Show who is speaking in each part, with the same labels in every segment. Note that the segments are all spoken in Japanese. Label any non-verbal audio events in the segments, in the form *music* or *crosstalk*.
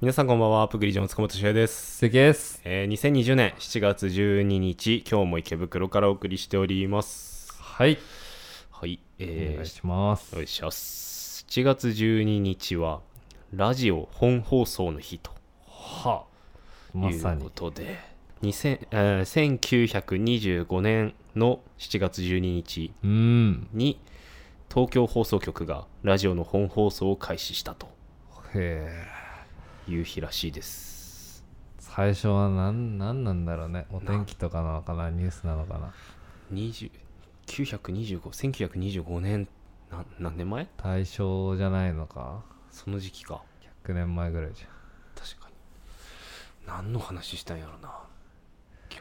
Speaker 1: 皆さんこんばんは、アップグリジョン塚本修也です。
Speaker 2: すげえっす。
Speaker 1: えー、2020年7月12日、今日も池袋からお送りしております。
Speaker 2: はい。
Speaker 1: はい、
Speaker 2: お
Speaker 1: え
Speaker 2: 願い
Speaker 1: ー、
Speaker 2: します。
Speaker 1: よいしょっす。7月12日は、ラジオ本放送の日と
Speaker 2: はあま
Speaker 1: いう
Speaker 2: さ
Speaker 1: こ
Speaker 2: に。
Speaker 1: とで、2000えー1925年の7月12日
Speaker 2: うん。
Speaker 1: に、東京放送局がラジオの本放送を開始したと
Speaker 2: へえ。
Speaker 1: いう日らしいです。
Speaker 2: 最初はなん、なんなんだろうね。お天気とかなのかな、ニュースなのかな。
Speaker 1: 20 925 1925年な何年前
Speaker 2: 大正じゃないのか。
Speaker 1: その時期か
Speaker 2: 100年前ぐらいじゃん。
Speaker 1: 確かに何の話したんやろな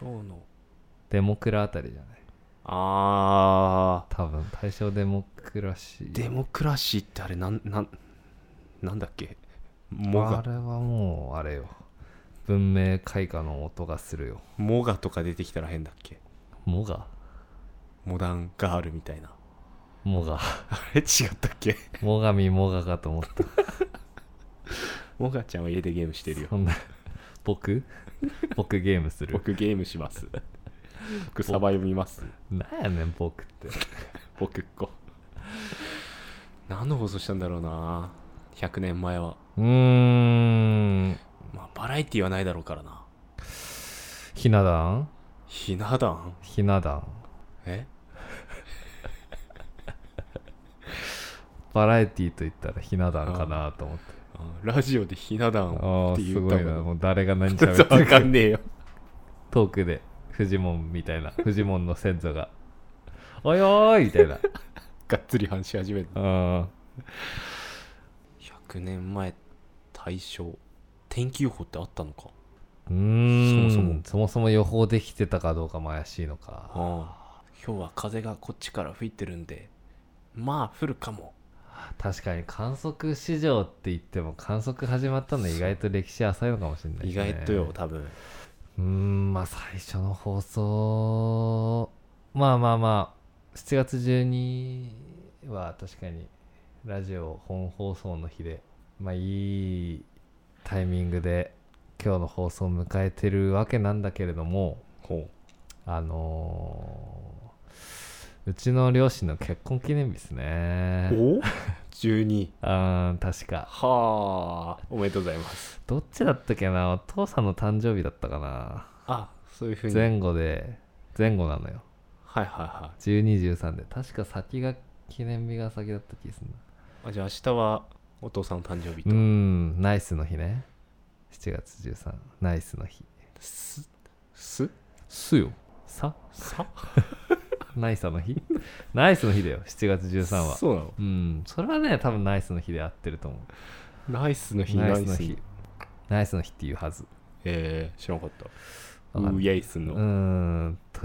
Speaker 1: 今日の
Speaker 2: デモクラあたりじゃない。
Speaker 1: あ
Speaker 2: 多分、大正デモクラシー。
Speaker 1: ーデモクラシーってあれなんなんなんだっけモ
Speaker 2: あ
Speaker 1: ガ
Speaker 2: れはもう、あれよ。文明開化の音がするよ。
Speaker 1: モガとか出てきたら変だっけ
Speaker 2: もが
Speaker 1: モダンガールみたいな *laughs*
Speaker 2: もが。
Speaker 1: あれ違ったっけ
Speaker 2: もがみもがかと思っ
Speaker 1: モガちゃんは家でゲームしてるよ *laughs*
Speaker 2: た。そんな。 *laughs* 僕僕ゲームする。
Speaker 1: 僕ゲームします僕サバ読みます
Speaker 2: なんやねん、僕って。
Speaker 1: 僕っ子何の放送したんだろうな100年前は
Speaker 2: うーん。
Speaker 1: まあバラエティはないだろうからな
Speaker 2: ひな壇
Speaker 1: ひな壇
Speaker 2: ひな壇。
Speaker 1: え
Speaker 2: バラエティと言ったらひな壇かなと思って。
Speaker 1: あラジオでひな壇
Speaker 2: あ
Speaker 1: っ
Speaker 2: あ
Speaker 1: て
Speaker 2: ー、
Speaker 1: 言
Speaker 2: す
Speaker 1: っ
Speaker 2: ご
Speaker 1: た
Speaker 2: いな。
Speaker 1: もん
Speaker 2: もう誰が何 *laughs* 喋
Speaker 1: 分
Speaker 2: って
Speaker 1: か
Speaker 2: るか。
Speaker 1: んねえよ
Speaker 2: トークで、フジモンみたいな。フジモンの先祖が。おいおーいみたいな。
Speaker 1: がっつり話し始めた
Speaker 2: うん。
Speaker 1: 100年前大正天気予報ってあったのか
Speaker 2: うーん
Speaker 1: そもそも
Speaker 2: そもそも予報できてたかどうかも怪しいのか。
Speaker 1: ああ今日は風がこっちから吹いてるんでまあ降るかも
Speaker 2: 確かに観測史上って言っても観測始まったの意外と歴史浅いのかもしれない、ね。
Speaker 1: 意外とよ多分
Speaker 2: うーんまあ最初の放送まあまあまあ7月12は確かにラジオ本放送の日でまあいいタイミングで今日の放送を迎えてるわけなんだけれども
Speaker 1: ほ
Speaker 2: あのーうちの両親の結婚記念日です
Speaker 1: う
Speaker 2: ね
Speaker 1: お12
Speaker 2: あー確か
Speaker 1: はあおめでとうございます
Speaker 2: どっちだったっけなお父さんの誕生日だったかな
Speaker 1: あそういうふうに
Speaker 2: 前後で前後なのよ
Speaker 1: はいはいは
Speaker 2: 1213で確か先が記念日が先だった気がするない
Speaker 1: あじゃあ明日はお父さんの誕生日と、
Speaker 2: うーんナイスの日ね7月13ナイスの日
Speaker 1: すす
Speaker 2: すよさ
Speaker 1: さ
Speaker 2: ナイスの日 *laughs* ナイスの日だよ7月13は
Speaker 1: そうなの
Speaker 2: うんそれはね多分ナイスの日で合ってると思う
Speaker 1: ナイスの日
Speaker 2: ナイスの日
Speaker 1: へ
Speaker 2: ナイスの日っていうはず
Speaker 1: えー、知らなかった
Speaker 2: わかん
Speaker 1: ウ
Speaker 2: ない
Speaker 1: イエイス
Speaker 2: う
Speaker 1: の、
Speaker 2: ーんと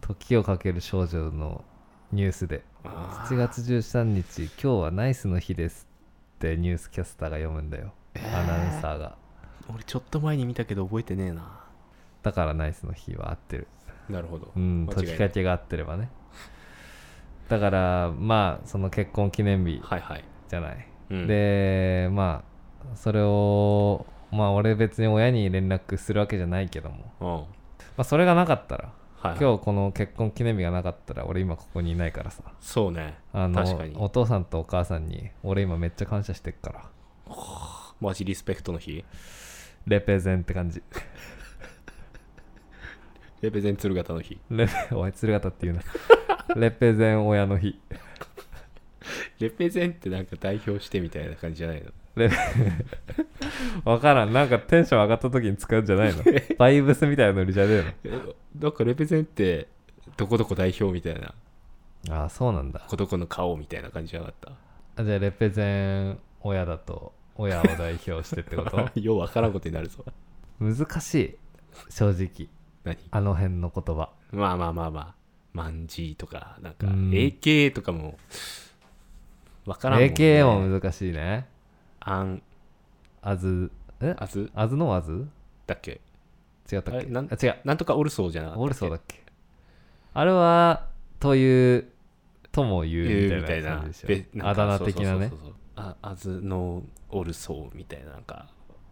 Speaker 2: 時をかける少女のニュースで
Speaker 1: あー
Speaker 2: 7月13日今日はナイスの日ですってニュースキャスターが読むんだよ、アナウンサーが
Speaker 1: 俺ちょっと前に見たけど覚えてねえな
Speaker 2: だからナイスの日は合ってる
Speaker 1: なるほど
Speaker 2: うん
Speaker 1: 間違い
Speaker 2: 解
Speaker 1: ない
Speaker 2: きかけが合ってればねだからまあその結婚記念日
Speaker 1: はいはい、
Speaker 2: じゃない、
Speaker 1: うん、
Speaker 2: でまあそれをまあ俺別に親に連絡するわけじゃないけども、
Speaker 1: うんは
Speaker 2: まあ、それがなかったら
Speaker 1: いはい、
Speaker 2: 今日この結婚記念日がなかったら俺今ここにいないからさ
Speaker 1: そうね
Speaker 2: あの
Speaker 1: 確かに
Speaker 2: お父さんとお母さんに俺今めっちゃ感謝してっから
Speaker 1: マジリスペクトの日
Speaker 2: レペゼンって感じ
Speaker 1: レペゼン鶴形の日
Speaker 2: レペおい鶴形っていうな
Speaker 1: *laughs*
Speaker 2: レペゼン親の日
Speaker 1: レペゼンってなんか代表してみたいな感じじゃないの
Speaker 2: でわからんなんかテンション上がった時に使うんじゃない *laughs* のバイブスみたいなノリじゃね
Speaker 1: えなんかレペゼンってどこどこ代表みたいな
Speaker 2: えのああそうなんだ
Speaker 1: どこの顔みたいな感じじゃなかった
Speaker 2: あじゃあレペゼン親だと親を代表してってこと *laughs*
Speaker 1: *laughs* ようわからんことになるぞ。
Speaker 2: 難しい正直
Speaker 1: 何
Speaker 2: あの辺の言葉
Speaker 1: まあまあまあまあ。マンジーとか、なんか、
Speaker 2: うん
Speaker 1: AK とかも、わからんもん、ね。
Speaker 2: AKA も難しいね
Speaker 1: アン、
Speaker 2: あずえ
Speaker 1: アズ
Speaker 2: あずのあず
Speaker 1: だっけ
Speaker 2: 違った
Speaker 1: あ
Speaker 2: っ
Speaker 1: れ
Speaker 2: け
Speaker 1: なん
Speaker 2: あ違う
Speaker 1: なんとかオルソーじゃなかったっけ
Speaker 2: オルソーだっけあれはというとも言う
Speaker 1: 言
Speaker 2: みた
Speaker 1: う
Speaker 2: い
Speaker 1: み
Speaker 2: な
Speaker 1: たい
Speaker 2: や
Speaker 1: な
Speaker 2: つでしょ
Speaker 1: べなんか
Speaker 2: あだ名的なね
Speaker 1: そうそうそうそうあアズノオルソーみたいななんか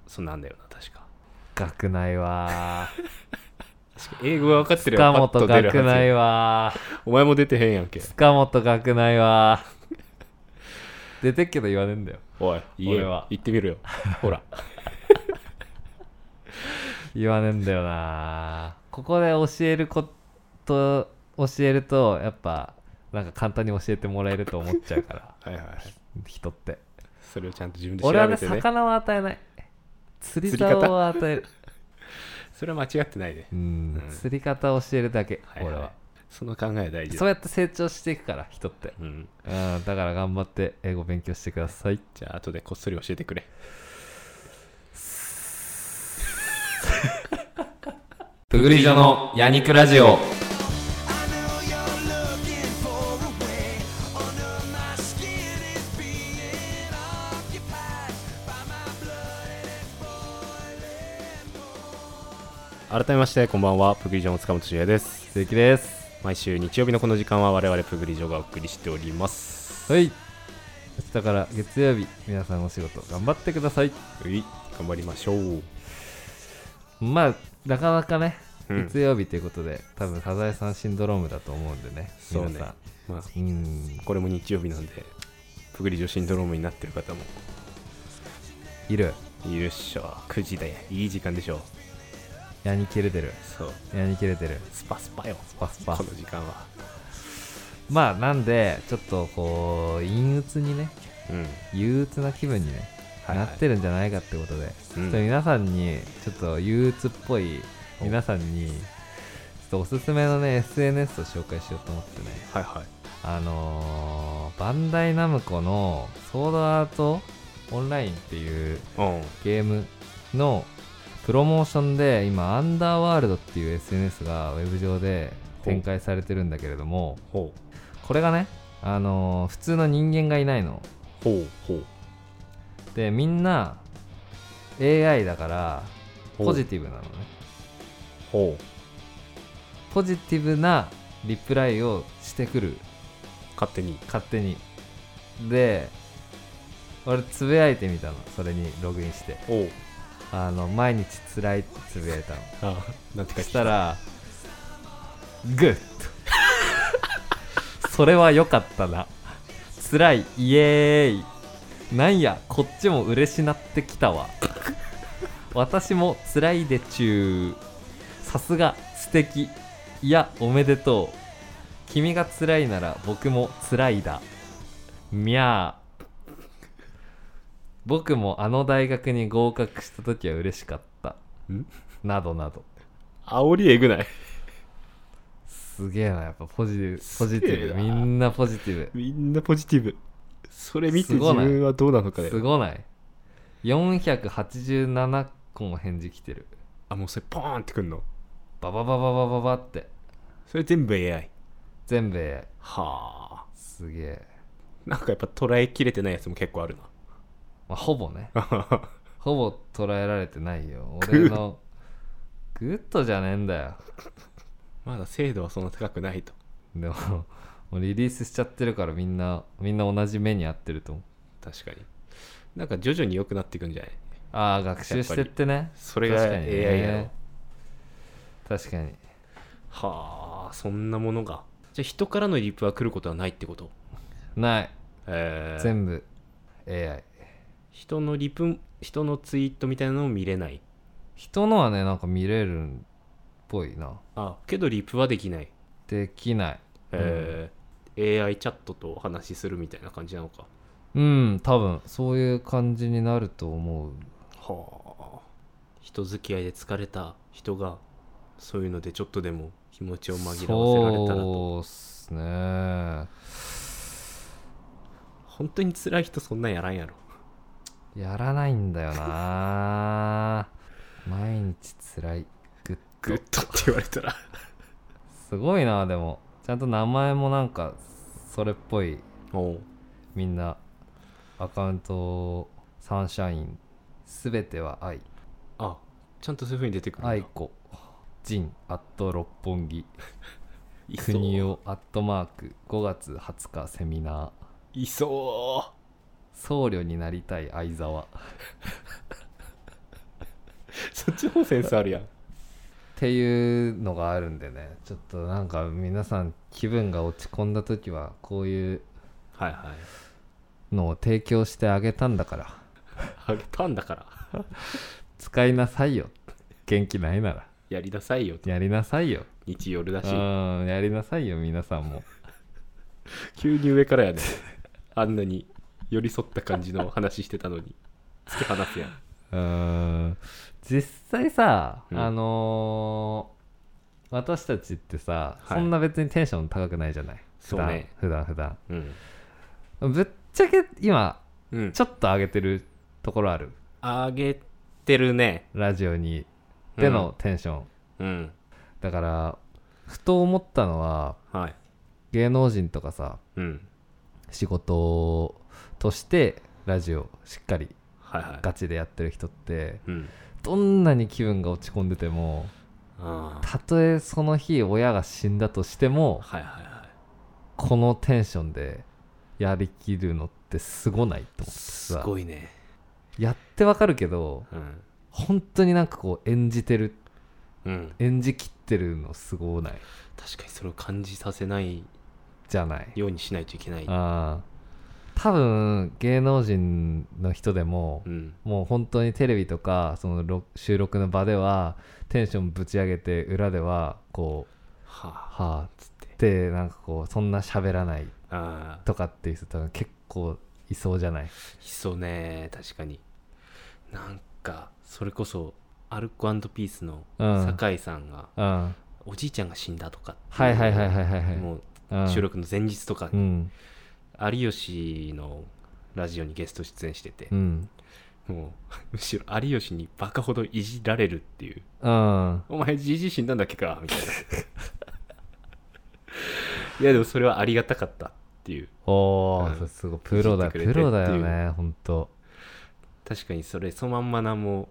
Speaker 1: そんなんだよな確か
Speaker 2: 学内 *laughs* は
Speaker 1: 確か英語が分かってれ
Speaker 2: 塚
Speaker 1: ばパッ
Speaker 2: 本
Speaker 1: と出るはず
Speaker 2: 学内は
Speaker 1: お前も出てへんやんけ
Speaker 2: 塚本学内は出てっけど言わねえんだよ
Speaker 1: おい言え
Speaker 2: 俺は
Speaker 1: よ言ってみ
Speaker 2: *laughs*
Speaker 1: ろよほら
Speaker 2: 言わねえんだよなここで教えること教えるとやっぱなんか簡単に教えてもらえると思っちゃうから
Speaker 1: はいはいはい
Speaker 2: 人って
Speaker 1: それをちゃんと自分で調
Speaker 2: 俺はね
Speaker 1: べてね
Speaker 2: 魚は与えない釣り
Speaker 1: 釣り方
Speaker 2: 竿を与える
Speaker 1: それは間違ってないね
Speaker 2: うん
Speaker 1: うん
Speaker 2: 釣り方を教えるだけ、
Speaker 1: はいはい
Speaker 2: 俺は
Speaker 1: その考え大事
Speaker 2: そう
Speaker 1: だ
Speaker 2: やって成長していくから人って
Speaker 1: うん
Speaker 2: うんだから頑張って英語勉強してください
Speaker 1: じゃあ後でこっそり教えてくれ
Speaker 2: プグリジョのヤニクラジオ
Speaker 3: I know you're looking for a way. Under my skin is being occupied by my blood and it's boiling.
Speaker 1: 改めましてこんばんはプグリジョンの塚本修也です
Speaker 2: 鈴木です
Speaker 1: 毎週日曜日のこの時間は我々プグリジョがお送りしております
Speaker 2: はい明日から月曜日皆さんお仕事頑張ってくださいう
Speaker 1: い頑張りましょう
Speaker 2: まあなかなかね、
Speaker 1: うん
Speaker 2: 月曜日ということで多分サザエさんシンドロームだと思うんでね
Speaker 1: そうね
Speaker 2: 皆さ
Speaker 1: まあ
Speaker 2: んうん
Speaker 1: これも日曜日なんでプグリジョシンドロームになってる方も
Speaker 2: いる
Speaker 1: いるっしょ9時でいい時間でしょ
Speaker 2: ヤニ切れてる
Speaker 1: そう
Speaker 2: ヤニ切れてる
Speaker 1: スパスパよス
Speaker 2: パスパ
Speaker 1: この時間は
Speaker 2: まあなんでちょっとこう陰鬱にね
Speaker 1: うん
Speaker 2: 憂鬱な気分に
Speaker 1: はい
Speaker 2: ね、
Speaker 1: はい
Speaker 2: なってるんじゃないかってことで、
Speaker 1: うん
Speaker 2: ちょっと皆さんにちょっと憂鬱っぽい皆さんにちょっとおすすめのね SNS を紹介しようと思ってね
Speaker 1: はいはい
Speaker 2: あのー、バンダイナムコのソードアートオンラインっていう
Speaker 1: うん
Speaker 2: ゲームのプロモーションで今アンダーワールドっていう SNS がウェブ上で展開されてるんだけれども
Speaker 1: ほ
Speaker 2: これがねあのー普通の人間がいないの
Speaker 1: うほうほう
Speaker 2: でみんな AI だから
Speaker 1: ほう
Speaker 2: ポジティブなのね
Speaker 1: ほう
Speaker 2: ポジティブなリプライをしてくる
Speaker 1: 勝手に
Speaker 2: 勝手にで俺つぶやいてみたのそれにログインして
Speaker 1: ほう
Speaker 2: あの毎日辛いってつぶやいたの
Speaker 1: あなんて書
Speaker 2: そ
Speaker 1: いて
Speaker 2: したらグッドそれは良かったな辛いイエーイなんやこっちも嬉しなってきたわ私も辛いでちゅーさすが素敵いやおめでとう君が辛いなら僕も辛いだみゃー僕もあの大学に合格した時は嬉しかった
Speaker 1: ん
Speaker 2: などなど
Speaker 1: 煽りえぐない
Speaker 2: すげえなやっぱポジティブポジティ
Speaker 1: すげ
Speaker 2: ブ
Speaker 1: え
Speaker 2: み
Speaker 1: なん
Speaker 2: なポジティ
Speaker 1: みんなポジティブそれ見て
Speaker 2: すご
Speaker 1: 自
Speaker 2: ない
Speaker 1: 分はどうなのか
Speaker 2: ブ
Speaker 1: ね
Speaker 2: すごない487個も返事来てる
Speaker 1: あもうそれポーンってくんの
Speaker 2: バババババババって
Speaker 1: それ全部 AI
Speaker 2: 全部 AI
Speaker 1: はあ
Speaker 2: すげえ、
Speaker 1: なんかやっぱ捉えきれてないやつも結構ある
Speaker 2: まあ、ほぼね
Speaker 1: *laughs* な
Speaker 2: ほぼ捉えられてないよ
Speaker 1: グ *laughs*
Speaker 2: 俺のグッドじゃねえんだよ
Speaker 1: まだ精度はそんな高くないと
Speaker 2: でももうリリースしちゃってるからみんなみんな同じ目に合ってると思う
Speaker 1: 確かになんか徐々に良くなっていくんじゃない
Speaker 2: ああ学習してってね
Speaker 1: それが
Speaker 2: 確かに
Speaker 1: AI やろ
Speaker 2: 確かに
Speaker 1: はあそんなものがじゃあ人からのリプは来ることはないってこと
Speaker 2: ない
Speaker 1: えー、
Speaker 2: 全部 AI
Speaker 1: 人のリプ人のツイートみたいなのを見れない
Speaker 2: 人のはねなんか見れるっぽいな
Speaker 1: あけどリプはできない
Speaker 2: できない
Speaker 1: えー AI チャットとお話しするみたいな感じなのか
Speaker 2: うん多分そういう感じになると思う
Speaker 1: はあ人付き合いで疲れた人がそういうのでちょっとでも気持ちを紛らわせられたらと
Speaker 2: そうっすね
Speaker 1: 本当に辛い人そんなんやらんやろ
Speaker 2: やらないんだよな *laughs* 毎日つらいグッ
Speaker 1: グ
Speaker 2: ド
Speaker 1: ッドって言われた
Speaker 2: *laughs*
Speaker 1: ら
Speaker 2: すごいなでもちゃんと名前もなんかそれっぽい
Speaker 1: おう
Speaker 2: みんなアカウントサンシャインすべては愛
Speaker 1: あちゃんとそういう風に出てくるんだ
Speaker 2: 愛子ジンアット六本木
Speaker 1: いそう
Speaker 2: 国をアットマーク5月20日セミナー
Speaker 1: いそ
Speaker 2: 僧侶になりたい相沢っ
Speaker 1: そっちもセンスあるやん
Speaker 2: ていうのがあるんでねちょっとなんか皆さん気分が落ち込んだ時はこういう
Speaker 1: はいはい
Speaker 2: のを提供してあげたんだから
Speaker 1: あげたんだから
Speaker 2: 使いなさいよ元気ないなら
Speaker 1: やりなさいよと
Speaker 2: やりなさいよ
Speaker 1: 日夜だ
Speaker 2: う
Speaker 1: し
Speaker 2: んやりなさいよ皆さん
Speaker 1: *laughs*
Speaker 2: も
Speaker 1: 急に上からやねあんなに寄り添った感じの話してたのに突き放すやん
Speaker 2: うーん実際さ、
Speaker 1: うん
Speaker 2: あのー私たちってさ、
Speaker 1: はい
Speaker 2: そんな別にテンション高くないじゃない普
Speaker 1: そう
Speaker 2: 段、
Speaker 1: ね
Speaker 2: 普段普段
Speaker 1: うん、
Speaker 2: ぶっちゃけ今
Speaker 1: うん、
Speaker 2: ちょっと上げてるところある
Speaker 1: あげてるね
Speaker 2: ラジオにでのテンション、
Speaker 1: うん
Speaker 2: だからふと思ったのは
Speaker 1: はい
Speaker 2: 芸能人とかさ
Speaker 1: うん
Speaker 2: 仕事としてラジオしっかり
Speaker 1: はいはい
Speaker 2: ガチでやってる人って
Speaker 1: うん
Speaker 2: どんなに気分が落ち込んでても
Speaker 1: あ
Speaker 2: たとえその日親が死んだとして
Speaker 1: あ
Speaker 2: も
Speaker 1: はいはいはい
Speaker 2: このテンションでやりきるのってすごないと思って
Speaker 1: す
Speaker 2: さ
Speaker 1: ごいね
Speaker 2: やってわかるけど
Speaker 1: うん
Speaker 2: 本当になんかこう演じてる
Speaker 1: うん
Speaker 2: 演じきってるのすごない
Speaker 1: 確かにそれを感じさせない
Speaker 2: じゃない
Speaker 1: ようにしないといけない
Speaker 2: あー多分芸能人の人でも
Speaker 1: うん
Speaker 2: もう本当にテレビとかそのろ収録の場ではテンションぶち上げて裏ではこう
Speaker 1: は
Speaker 2: 「
Speaker 1: あ
Speaker 2: はあ」
Speaker 1: つって
Speaker 2: ってなんかこうそんな喋らない
Speaker 1: ああ
Speaker 2: とかっていう人多分結構いそうじゃない
Speaker 1: いそうね確かになんかそれこそアルコピースの
Speaker 2: うん
Speaker 1: 酒井さんが、
Speaker 2: うんはい
Speaker 1: おじいちゃんが死んだとかって
Speaker 2: はいはいは
Speaker 1: い
Speaker 2: いはいは
Speaker 1: う
Speaker 2: い
Speaker 1: もう
Speaker 2: うん
Speaker 1: 収録の前日とか
Speaker 2: う、ん
Speaker 1: 有吉のラジオにゲスト出演してて
Speaker 2: う、ん
Speaker 1: もう *laughs* むしろ有吉にバカほどいじられるっていう
Speaker 2: うん
Speaker 1: 「お前じじい死んだんだっけか」みたいな
Speaker 2: *laughs*
Speaker 1: いやでもそれはありがたかったっていう
Speaker 2: おお、
Speaker 1: うん
Speaker 2: そうすごいプロだ
Speaker 1: いじってくれてってい
Speaker 2: プ
Speaker 1: う
Speaker 2: ロだよねほんと
Speaker 1: 確かにそれそのまんまなもう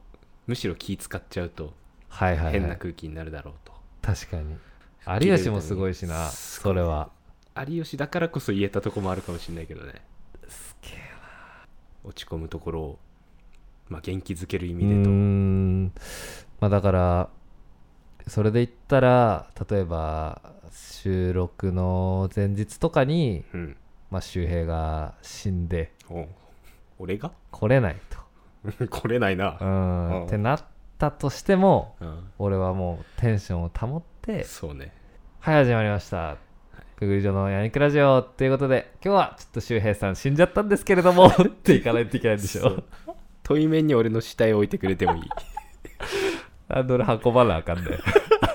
Speaker 1: むしろ気使っちゃうと
Speaker 2: はいはい、はい、
Speaker 1: 変な空気になるだろうと、
Speaker 2: 確かに有吉もすごいしなそれは
Speaker 1: 有吉だからこそ言えたとこもあるかもしれないけどね
Speaker 2: すげえ
Speaker 1: 落ち込むところを、まあ、元気づける意
Speaker 2: うー
Speaker 1: 味でと
Speaker 2: んまあだからそれで言ったら例えば収録の前日とかに、
Speaker 1: うん
Speaker 2: まあ、周平が死んで
Speaker 1: おう俺が *laughs*
Speaker 2: 来れないと
Speaker 1: 来れないな
Speaker 2: う、
Speaker 1: う
Speaker 2: ん、
Speaker 1: ん
Speaker 2: ってなったとしても
Speaker 1: うん
Speaker 2: 俺はもうテンションを保って
Speaker 1: そうね
Speaker 2: はい始まりましたくぐり所のヤニクラジオということで今日はちょっと周平さん死んじゃったんですけれど *laughs* もっていかないといけないでし
Speaker 1: そ
Speaker 2: ょ
Speaker 1: う対面に俺の死体を置いてくれてもいい
Speaker 2: ハンドル運ばなあかんね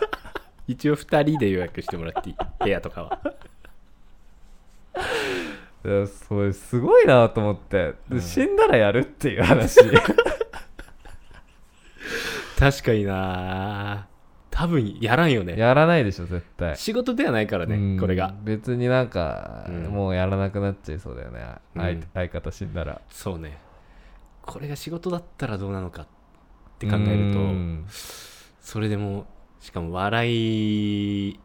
Speaker 1: *laughs* 一応2人で予約してもらっていい部屋とかはい
Speaker 2: やそれすごいなと思って、で死んだらやるっていう話
Speaker 1: 確かにな多分やらんよね
Speaker 2: *laughs* やらないでしょ絶対
Speaker 1: 仕事ではないからね、
Speaker 2: うん
Speaker 1: これが
Speaker 2: 別になんか、
Speaker 1: うん
Speaker 2: もうやらなくなっちゃいそうだよね、相
Speaker 1: うん
Speaker 2: 相方死んだらっ
Speaker 1: そうねこれが仕事だったらどうなのかって考えるとそれでもしかも笑い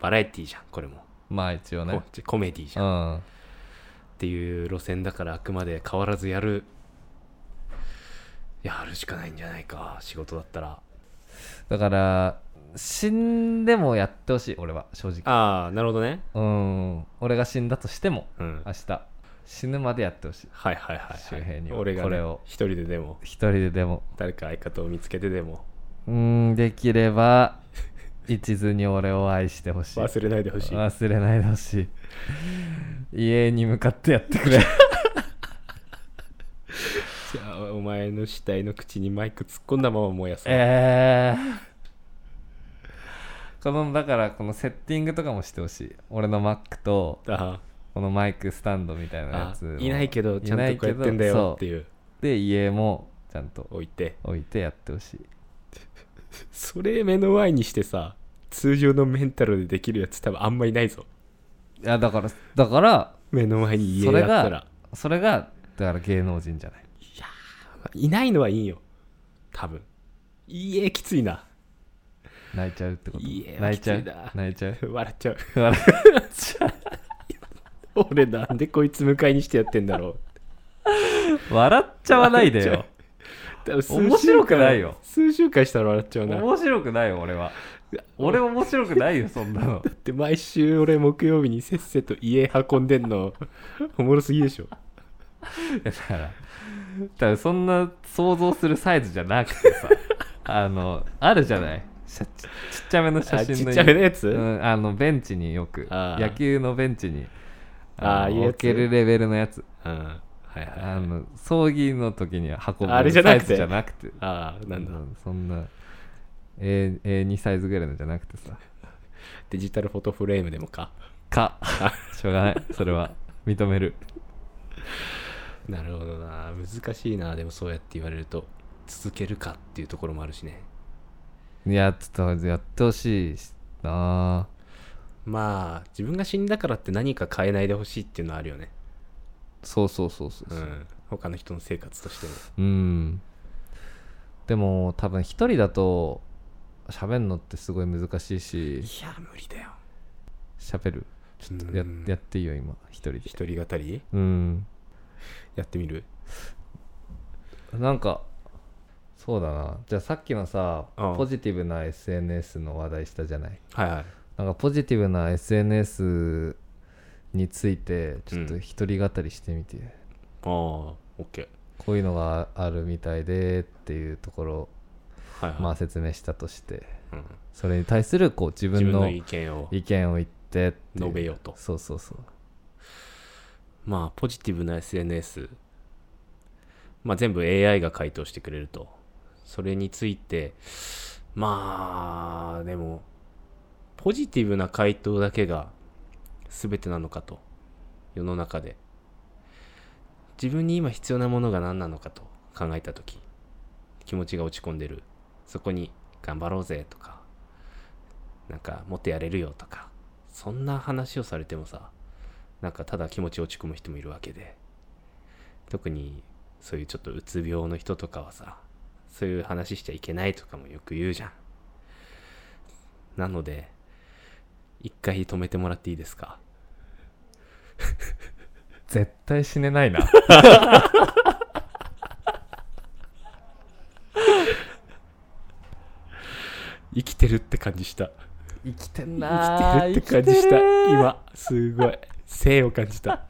Speaker 1: バラエティじゃんこれも、
Speaker 2: まあ一応ね
Speaker 1: こっちコメディじ
Speaker 2: う
Speaker 1: ゃんっ
Speaker 2: ん
Speaker 1: ていう路線だからあくまで変わらずやるやるしかないんじゃないか仕事だったら
Speaker 2: だから死んでもやってほしい俺は正直
Speaker 1: ああなるほどね
Speaker 2: うん俺が死んだとしても
Speaker 1: うん
Speaker 2: 明日死ぬまでやってほしい
Speaker 1: はいはいはい、はい、
Speaker 2: 周平には
Speaker 1: 俺が、ね、
Speaker 2: これを
Speaker 1: 一人ででも
Speaker 2: 一人ででも
Speaker 1: 誰か相方を見つけてでも
Speaker 2: うんできれば一途に俺を愛してほしい *laughs*
Speaker 1: 忘れないでほしい *laughs*
Speaker 2: 忘れないでほしい家に向かってやって
Speaker 1: *laughs*
Speaker 2: くれ
Speaker 1: じゃあお前の死体の口にマイク突っ込んだまま燃やす、
Speaker 2: えー、このだからこのセッティングとかもしてほしい俺のマックと
Speaker 1: あ
Speaker 2: このマイクスタンドみたいなや
Speaker 1: あ
Speaker 2: つも
Speaker 1: いないけどちゃんとこうやってんだ
Speaker 2: いないけどそ
Speaker 1: よ
Speaker 2: う
Speaker 1: っていう
Speaker 2: で家もちゃんと
Speaker 1: 置いて
Speaker 2: 置いてやってほしい
Speaker 1: それ目の前にしてさ通常のメンタルでできるやつ多分あんまいないぞ
Speaker 2: いやだからだから
Speaker 1: 目の前に家
Speaker 2: それ
Speaker 1: やった
Speaker 2: が
Speaker 1: ら
Speaker 2: それがだから芸能人じゃない
Speaker 1: いないのはいいよ多分家きついな
Speaker 2: 泣いちゃうってこと
Speaker 1: いや
Speaker 2: 泣いちゃ
Speaker 1: き
Speaker 2: う
Speaker 1: ついな
Speaker 2: 泣いちゃう
Speaker 1: 笑っちゃう
Speaker 2: 笑
Speaker 1: 俺なんでこいつ迎えにしてやってんだろう
Speaker 2: 笑っちゃわないでよ
Speaker 1: 多分数週間
Speaker 2: 面白くないよ
Speaker 1: 数週間したら笑っちゃうなだ
Speaker 2: 面白くないよ俺は俺面白くないよそんなの
Speaker 1: って毎週俺木曜日にせっせと家運んでんのおもろすぎでしょ
Speaker 2: だから多分そんな想像するサイズじゃなくてさあのあるじゃない写ちちっちゃめの写
Speaker 1: あちっ
Speaker 2: 真の
Speaker 1: ちゃめのやつ、
Speaker 2: うん、あのベンチによく
Speaker 1: あー
Speaker 2: 野球のベンチに
Speaker 1: あー
Speaker 2: の
Speaker 1: いうやつ
Speaker 2: 置けるレベルのやつ
Speaker 1: うんはいはい
Speaker 2: あの葬儀の時には運ぶ
Speaker 1: あれじゃ
Speaker 2: サ
Speaker 1: な
Speaker 2: イ
Speaker 1: くて
Speaker 2: ズじゃなくて
Speaker 1: ああなんだ、
Speaker 2: うそんな A- A2 サイズぐらいのじゃなくてさ
Speaker 1: デジタルフォトフレームでもか
Speaker 2: か *laughs* しょうがないそれは認める
Speaker 1: なるほどな難しいなでもそうやって言われると続けるかっていうところもあるしね
Speaker 2: いやちょっとやってほしいしな
Speaker 1: まあ自分が死んだからって何か変えないでほしいっていうのはあるよね
Speaker 2: そうそうそうそう
Speaker 1: う
Speaker 2: そう、
Speaker 1: ん他の人の生活としても
Speaker 2: うん。でも多分一人だと喋るのってすごい難しいし
Speaker 1: いや無理だよ
Speaker 2: 喋るちょっとや,、
Speaker 1: うん
Speaker 2: やっていいよ今一人で
Speaker 1: 一人語り
Speaker 2: うん
Speaker 1: やってみる
Speaker 2: なんかそうだなじゃあさっきのさ
Speaker 1: うん
Speaker 2: ポジティブな SNS の話題したじゃない
Speaker 1: はいはい
Speaker 2: なんかポジティブな SNS についてちょっと一人語りしてみて、
Speaker 1: ああオッケ
Speaker 2: こういうのがあるみたいでっていうところを
Speaker 1: ーはいはい、
Speaker 2: まあ説明したとして
Speaker 1: うん
Speaker 2: それに対するこう自
Speaker 1: 自分
Speaker 2: 分の
Speaker 1: の意見を
Speaker 2: 意見を言ってっていう
Speaker 1: 述べようと
Speaker 2: そうそうそう
Speaker 1: まあポジティブな SNS、まあ、全部 AI が回答してくれるとそれについてまあでもポジティブな回答だけが全てなのかと世の中で自分に今必要なものが何なのかと考えた時気持ちが落ち込んでるそこに頑張ろうぜとかなんかもっとやれるよとかそんな話をされてもさなんかただ気持ち落ち込む人もいるわけで特にそういうちょっとうつ病の人とかはさそういう話しちゃいけないとかもよく言うじゃんなので一回止めてもらっていいですか
Speaker 2: 絶対死ねないな
Speaker 1: 生きてるって感じした
Speaker 2: *laughs* 生きてんな
Speaker 1: 生きてるって感じした今すごい生を感じた
Speaker 2: *laughs*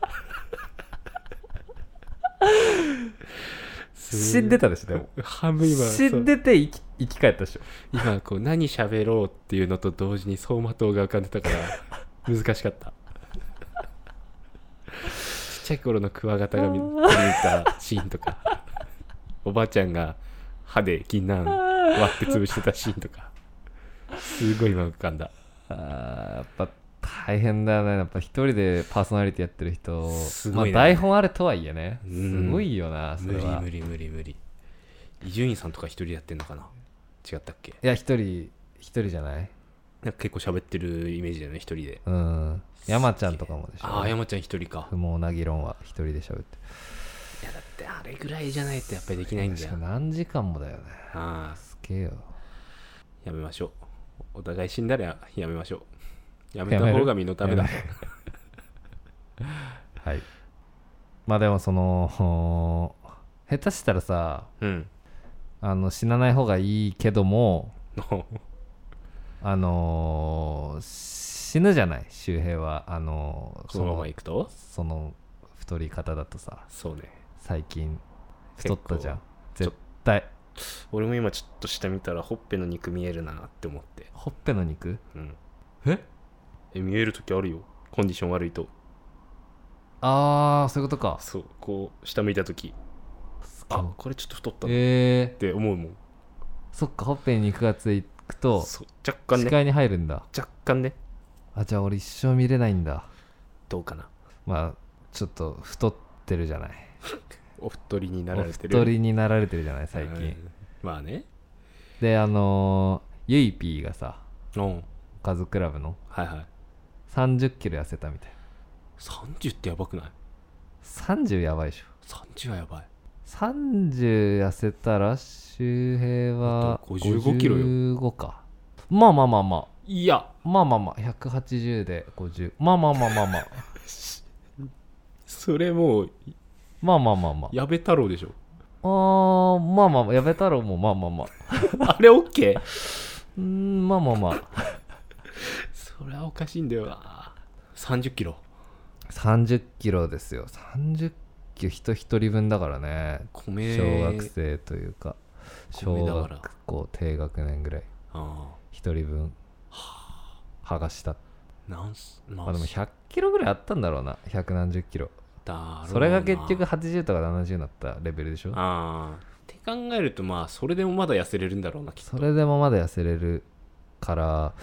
Speaker 2: 死んでたでしょでも
Speaker 1: 半分今
Speaker 2: 死んでて生き生き返ったでしょ
Speaker 1: 今こう何喋ろうっていうのと同時に走馬灯が浮かんでたから難しかったちっちゃい頃のクワガタが見見に行ったシーンとかおばあちゃんが歯で銀杏割って潰してたシーンとかすごい今浮かんだ
Speaker 2: あーやっぱ大変だよねやっぱ一人でパーソナリティやってる人
Speaker 1: すごいね
Speaker 2: まあ、台本あるとはいえね
Speaker 1: うん
Speaker 2: すごいよなそ
Speaker 1: 無
Speaker 2: れ
Speaker 1: 理
Speaker 2: は
Speaker 1: 無理無理無理伊集院さんとか一人でやってんのかな違ったっけ
Speaker 2: いや一人一人じゃな
Speaker 1: な
Speaker 2: い
Speaker 1: んか結構喋ってるイメージだよね一人で
Speaker 2: うん山ちゃんとかもでしょ
Speaker 1: ああ山ちゃん一人か
Speaker 2: 不毛な議論は一人で喋って
Speaker 1: いやだってあれぐらいじゃないとやっぱりできないんだ
Speaker 2: し
Speaker 1: よ
Speaker 2: かも何時間もだよね
Speaker 1: ああ
Speaker 2: すげえよ
Speaker 1: やめましょう。お互い死んだらやめましょう。やめ
Speaker 2: や
Speaker 1: た
Speaker 2: める
Speaker 1: 方が身のためだ。
Speaker 2: やめる *laughs* はいまあでもその *laughs* 下手したらさ
Speaker 1: うん。
Speaker 2: あの死なない方がいいけども
Speaker 1: の
Speaker 2: あのー死ぬじゃない周平はあのー
Speaker 1: そのまま行くと
Speaker 2: その太り方だとさ
Speaker 1: そうね。
Speaker 2: 最近太ったじゃん
Speaker 1: 結構
Speaker 2: 絶対
Speaker 1: 俺も今ちょっと下見たらほっぺの肉見えるなって思って。
Speaker 2: ほっぺの肉
Speaker 1: うん。
Speaker 2: え
Speaker 1: え、見えるときあるよ。コンディション悪いと。
Speaker 2: ああそういうことか
Speaker 1: そう、こう、下向いたとき。あ、これちょっと太ったなっ
Speaker 2: ええ
Speaker 1: て思うもん。
Speaker 2: そっかほっぺに肉がついくと
Speaker 1: そう若干
Speaker 2: 視
Speaker 1: ね。
Speaker 2: 界に入るんだ
Speaker 1: 若干ね。
Speaker 2: あじゃあ俺一生見れないんだ
Speaker 1: どうかな。
Speaker 2: まあちょっと太ってるじゃない
Speaker 1: お太りにな
Speaker 2: お
Speaker 1: られてる。
Speaker 2: 太りになられてるじゃない最近、
Speaker 1: うんまあね。
Speaker 2: であのー、ゆいぴーがさ
Speaker 1: うん。
Speaker 2: 家族クラブの
Speaker 1: はいはい。
Speaker 2: 3 0キロ痩せたみたい
Speaker 1: 30ってやばくない
Speaker 2: 30やばいでしょ
Speaker 1: ?30 はやばい。
Speaker 2: 30痩せたら周平は
Speaker 1: あと55キロよ
Speaker 2: 55かまあまあまあまあ
Speaker 1: いや、
Speaker 2: まあまあまあ180で50まあまあまあまあまあ
Speaker 1: それもう
Speaker 2: まあまあまあまあ
Speaker 1: 矢部太郎でしょ。
Speaker 2: あーまあまあやべ太郎もまあまあまあ
Speaker 1: *laughs* あれオッケー
Speaker 2: うーんまあまあまあ
Speaker 1: それはおかしいんだよな。30キロ。
Speaker 2: 30キロですよ30キロ人一人分だからね
Speaker 1: 米。
Speaker 2: 小学生というか小
Speaker 1: 米だから
Speaker 2: 学校低学年ぐらい
Speaker 1: あ
Speaker 2: 一人分剥がした
Speaker 1: あ。なんす、
Speaker 2: まあでも
Speaker 1: 100
Speaker 2: 100キロぐらいあったんだろうな100何十キロ
Speaker 1: だろうな
Speaker 2: それが結局80とか70になったレベルでしょ
Speaker 1: ああ。って考えると、まあ、それでもまだ痩せれるんだろうな、きっと。
Speaker 2: それでもまだ痩せれるから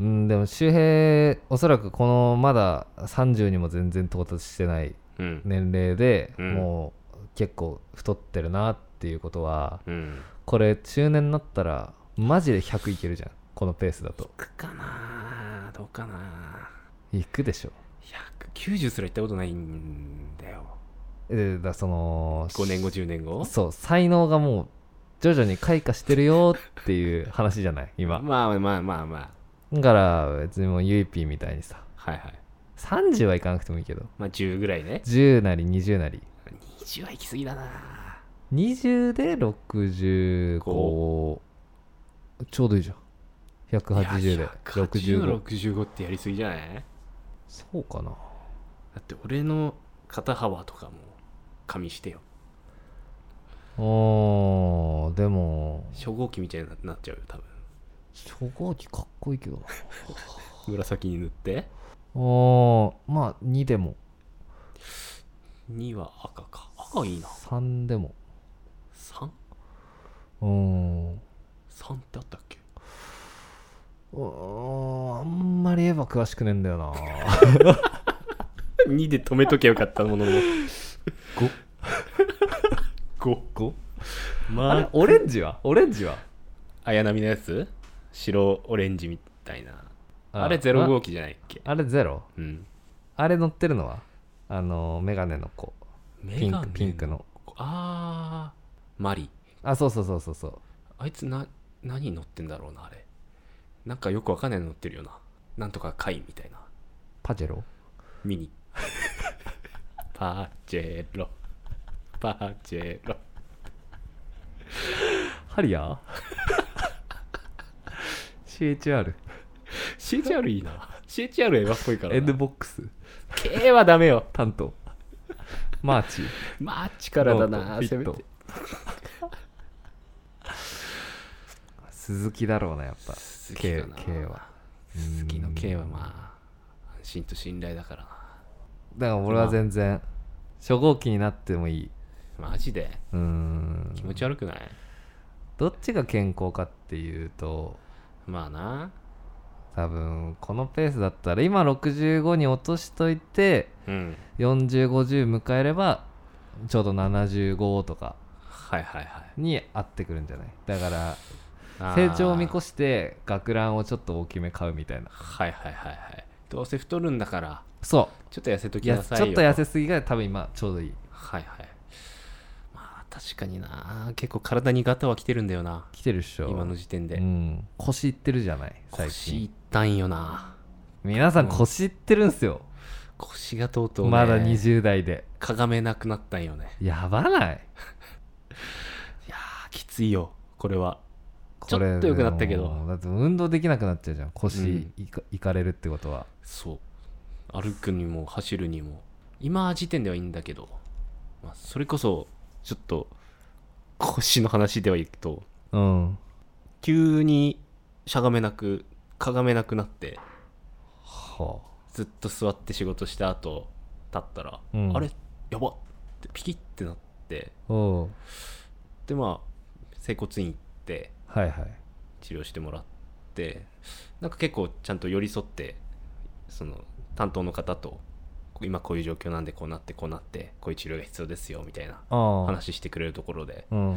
Speaker 2: うんでも周平おそらくこのまだ30にも全然到達してない
Speaker 1: うん。
Speaker 2: 年齢で、
Speaker 1: うん
Speaker 2: もう結構太ってるなっていうことは
Speaker 1: うん。
Speaker 2: これ中年になったらマジで100いけるじゃんこのペースだと
Speaker 1: くかなどうかない
Speaker 2: くでしょ
Speaker 1: 190すら行ったことないんだよ。
Speaker 2: えだからその
Speaker 1: 5年後、10年後
Speaker 2: そう才能がもう徐々に開花してるよっていう話じ
Speaker 1: *laughs*
Speaker 2: ゃない今
Speaker 1: まあまあまあまあ。
Speaker 2: だから別にもうゆいぴーみたいにさ
Speaker 1: はいはい。
Speaker 2: 30はいかなくてもいいけど
Speaker 1: まあ10ぐらいね。
Speaker 2: 10なり20なり
Speaker 1: 20は行き過ぎだな
Speaker 2: 20で65ちょうどいいじゃん180で65
Speaker 1: 65ってやりすぎじゃない
Speaker 2: そうかな
Speaker 1: だって俺の肩幅とかも加味してよ
Speaker 2: おーでも
Speaker 1: 初号機みたいになっちゃうよ多分
Speaker 2: 初号機かっこいいけど
Speaker 1: 紫に塗って
Speaker 2: なおーまあ2でも
Speaker 1: 2は赤か赤いいな
Speaker 2: 3でも
Speaker 1: 3?3
Speaker 2: うーんう
Speaker 1: ってあったっけ
Speaker 2: ーんあんまりエヴァ詳しくねえんだよな
Speaker 1: 2で止めときゃよかったものの
Speaker 2: 5
Speaker 1: 55
Speaker 2: *laughs* あ
Speaker 1: ま
Speaker 2: れ
Speaker 1: あ
Speaker 2: オレンジはオレンジは
Speaker 1: 綾波のやつ白オレンジみたいなあれ
Speaker 2: ゼロ
Speaker 1: 0号機じゃないっけ
Speaker 2: あれゼロ
Speaker 1: うん
Speaker 2: あれ乗ってるのはあのメガネの子ピンクピンクの
Speaker 1: あーマリ
Speaker 2: あそうそうそうそうそう
Speaker 1: あいつな何乗ってんだろうなあれなんかよくわかんないの乗ってるよななんとか貝みたいな
Speaker 2: パジェロ
Speaker 1: ミ
Speaker 2: *laughs*
Speaker 1: ニパチェロパチェロ
Speaker 2: ハリ *laughs* アー CHR
Speaker 1: CHR いいな CHR 映画っぽいから
Speaker 2: エンド
Speaker 1: な
Speaker 2: ボックス
Speaker 1: K はダメよ
Speaker 2: 担当マーチ
Speaker 1: まあ力だ
Speaker 2: ノー
Speaker 1: な
Speaker 2: トフ
Speaker 1: せ
Speaker 2: ィッ
Speaker 1: め
Speaker 2: ト
Speaker 1: て
Speaker 2: *laughs* 鈴木だろうなやっぱ
Speaker 1: 鈴木
Speaker 2: K,
Speaker 1: かな
Speaker 2: K は
Speaker 1: 鈴木の K はまあ安心と信頼だから
Speaker 2: だから俺は全然初号機になってもいい
Speaker 1: なマジで
Speaker 2: うーん
Speaker 1: 気持ち悪くない、
Speaker 2: どっちが健康かっていうと
Speaker 1: まあな
Speaker 2: 多分このペースだったら今65に落としといて
Speaker 1: うん
Speaker 2: 4050迎えればちょうど75とか
Speaker 1: はいはいはい
Speaker 2: に合ってくるんじゃないだから
Speaker 1: あ
Speaker 2: 成
Speaker 1: ー
Speaker 2: 長を見越して学ランをちょっと大きめ買うみたいな
Speaker 1: はいはいはいはいどうせ太るんだから
Speaker 2: そ
Speaker 1: ちょっと痩せと
Speaker 2: うい
Speaker 1: き
Speaker 2: や
Speaker 1: な
Speaker 2: ち
Speaker 1: さいよ
Speaker 2: ょっと痩せすぎが多分今ちょうどいい
Speaker 1: はいはいまあ確かにな結構体にガタは来てるんだよな
Speaker 2: 来てるっしょ
Speaker 1: 今の時点で、
Speaker 2: うん腰いってるじゃない最
Speaker 1: 腰いっ
Speaker 2: 近
Speaker 1: たんよな
Speaker 2: 皆さん腰いってるんすよ
Speaker 1: 腰がとうとう、ね、
Speaker 2: まだ20代で
Speaker 1: かがめなくなったんよね
Speaker 2: やばない
Speaker 1: いやーきついよこれはちょ
Speaker 2: これ
Speaker 1: っと良くなったけど
Speaker 2: もうだって運動できなくなっちゃうじゃん腰いか,、れるってことは
Speaker 1: そう歩くにも走るにも今時点ではいいんだけど、まあ、それこそちょっと腰の話ではいくと
Speaker 2: うん
Speaker 1: 急にしゃがめなくかがめなくなって
Speaker 2: は
Speaker 1: ずっと座って仕事した後立ったら、
Speaker 2: うん
Speaker 1: あれやばってピキってなって
Speaker 2: あおう
Speaker 1: でまあ整骨院行って
Speaker 2: はいはい
Speaker 1: 治療してもらってなんか結構ちゃんと寄り添ってその担当の方と今こういう状況なんでこうなってこうなってこういう治療が必要ですよみたいな
Speaker 2: ああ
Speaker 1: 話してくれるところで
Speaker 2: うん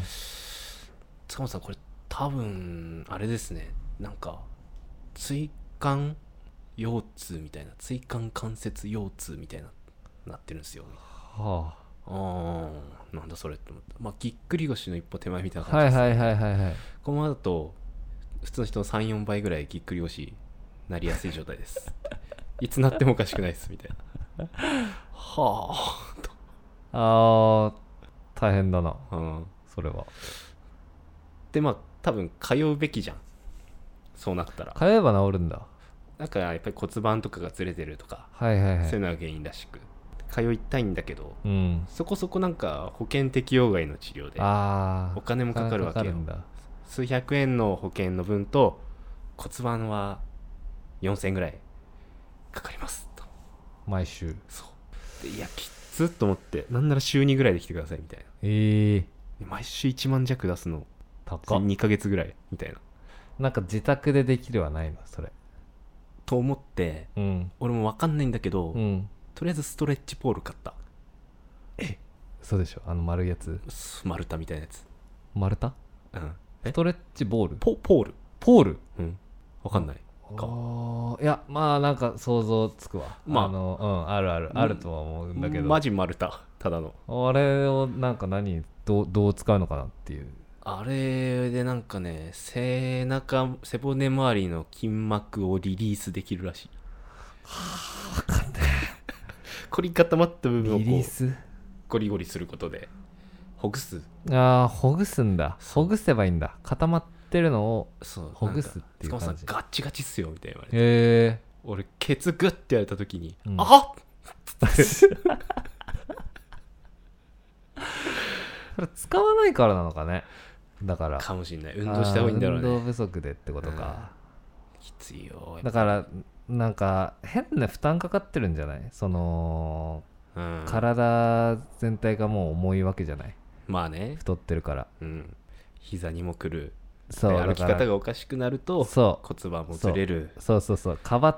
Speaker 1: 塚本さんこれ多分あれですねなんか椎間腰痛みたいな椎間関節腰痛みたいななってるんですよ
Speaker 2: は
Speaker 1: ああなんだそれって思ったまあぎっくり腰の一歩手前みたいな
Speaker 2: あは
Speaker 1: 感
Speaker 2: い
Speaker 1: じです、
Speaker 2: はいはいはいはい
Speaker 1: このままだと普通の人の34倍ぐらいぎっくり腰なりやすい状態です
Speaker 2: *laughs*
Speaker 1: いつなってもおかしくないですみたいなはあと
Speaker 2: あー大変だな
Speaker 1: うん、
Speaker 2: それは
Speaker 1: でまあ多分通うべきじゃんそうなったら
Speaker 2: 通えば治るんだ
Speaker 1: だからやっぱり骨盤とかがずれてるとか、
Speaker 2: はいはいは
Speaker 1: そういう
Speaker 2: い
Speaker 1: のが原因らしく通いたいんだけど
Speaker 2: うん
Speaker 1: そこそこなんか保険適用外の治療で
Speaker 2: ああ
Speaker 1: お金もかかるわけよ
Speaker 2: んだ
Speaker 1: 数百円の保険の分と骨盤は4000円ぐらいかかりますと
Speaker 2: 毎週
Speaker 1: そうでいやきつっと思ってなんなら週2ぐらいで来てくださいみたいな
Speaker 2: ええー、
Speaker 1: で毎週1万弱出すの
Speaker 2: 高っ
Speaker 1: 2ヶ月ぐらいみたいな
Speaker 2: なんか自宅でできるはないのそれ
Speaker 1: と思って
Speaker 2: うん
Speaker 1: 俺も分かんないんだけど、
Speaker 2: うん
Speaker 1: とりあえずストレッチポール買った
Speaker 2: そうでしょあの丸いやつ
Speaker 1: ス丸太みたいなやつ、
Speaker 2: 丸太
Speaker 1: うん、
Speaker 2: ストレッチボール
Speaker 1: ポポール
Speaker 2: ポール
Speaker 1: うん分かんないか
Speaker 2: あーいやまあなんか想像つくわ
Speaker 1: まあ
Speaker 2: あのうんあるあるあるとは思うんだけど、
Speaker 1: マジ丸太ただの
Speaker 2: あれをなんか何どうどう使うのかなっていう
Speaker 1: あれでなんかね背中背骨周りの筋膜をリリースできるらしい凝り固まった部分を
Speaker 2: リリ
Speaker 1: こ
Speaker 2: ー
Speaker 1: う
Speaker 2: ス
Speaker 1: ゴリゴリすることでほぐす
Speaker 2: ああほぐすんだほぐせばいいんだ固まってるのを
Speaker 1: そう
Speaker 2: ほぐすってい
Speaker 1: な
Speaker 2: う
Speaker 1: んか塚本
Speaker 2: 感
Speaker 1: さ
Speaker 2: じ
Speaker 1: んガッチガチっすよみたいな言われて
Speaker 2: へ
Speaker 1: 俺ケツグッてやれた時に、
Speaker 2: うん
Speaker 1: あっ
Speaker 2: えそれ使わないからなのかねだから
Speaker 1: かもしんない運動した方がいいんだろう
Speaker 2: あー運
Speaker 1: ね
Speaker 2: 動不足でってことか、
Speaker 1: きついよ
Speaker 2: だからなんか変な負担かかってるんじゃないその
Speaker 1: うん、
Speaker 2: 体全体がもう重いわけじゃない
Speaker 1: まあね、
Speaker 2: 太ってるから
Speaker 1: うん、膝にもくる
Speaker 2: そう
Speaker 1: で
Speaker 2: だ
Speaker 1: 歩き
Speaker 2: から
Speaker 1: 方がおかしくなると
Speaker 2: そう
Speaker 1: 骨盤もずれる
Speaker 2: そうそうそうかばっ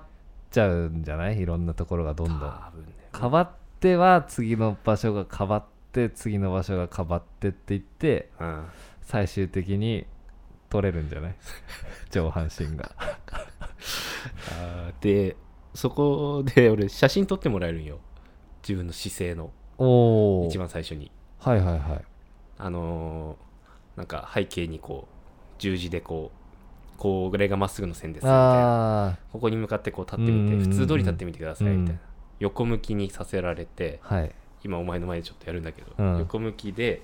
Speaker 2: ちゃうんじゃないいろんなところがどんどん
Speaker 1: 多分ね
Speaker 2: かばっては次の場所がかばって次の場所がかばってって言って
Speaker 1: うん
Speaker 2: 最終的に取れるんじゃない *laughs* 上半身が
Speaker 1: でそこで *laughs* 俺写真撮ってもらえるんよ自分の姿勢の
Speaker 2: おお
Speaker 1: 一番最初に
Speaker 2: はいはいはい
Speaker 1: あのーなんか背景にこう十字でこうこうこれがまっすぐの線ですみたいな
Speaker 2: あ
Speaker 1: ここに向かってこう立って
Speaker 2: うんうん
Speaker 1: み
Speaker 2: うん
Speaker 1: て普通通り立ってみてくださいみたいな、
Speaker 2: う
Speaker 1: 横向きにさせられて
Speaker 2: あはい
Speaker 1: 今お前の前でちょっとやるんだけど、
Speaker 2: うん
Speaker 1: 横向きで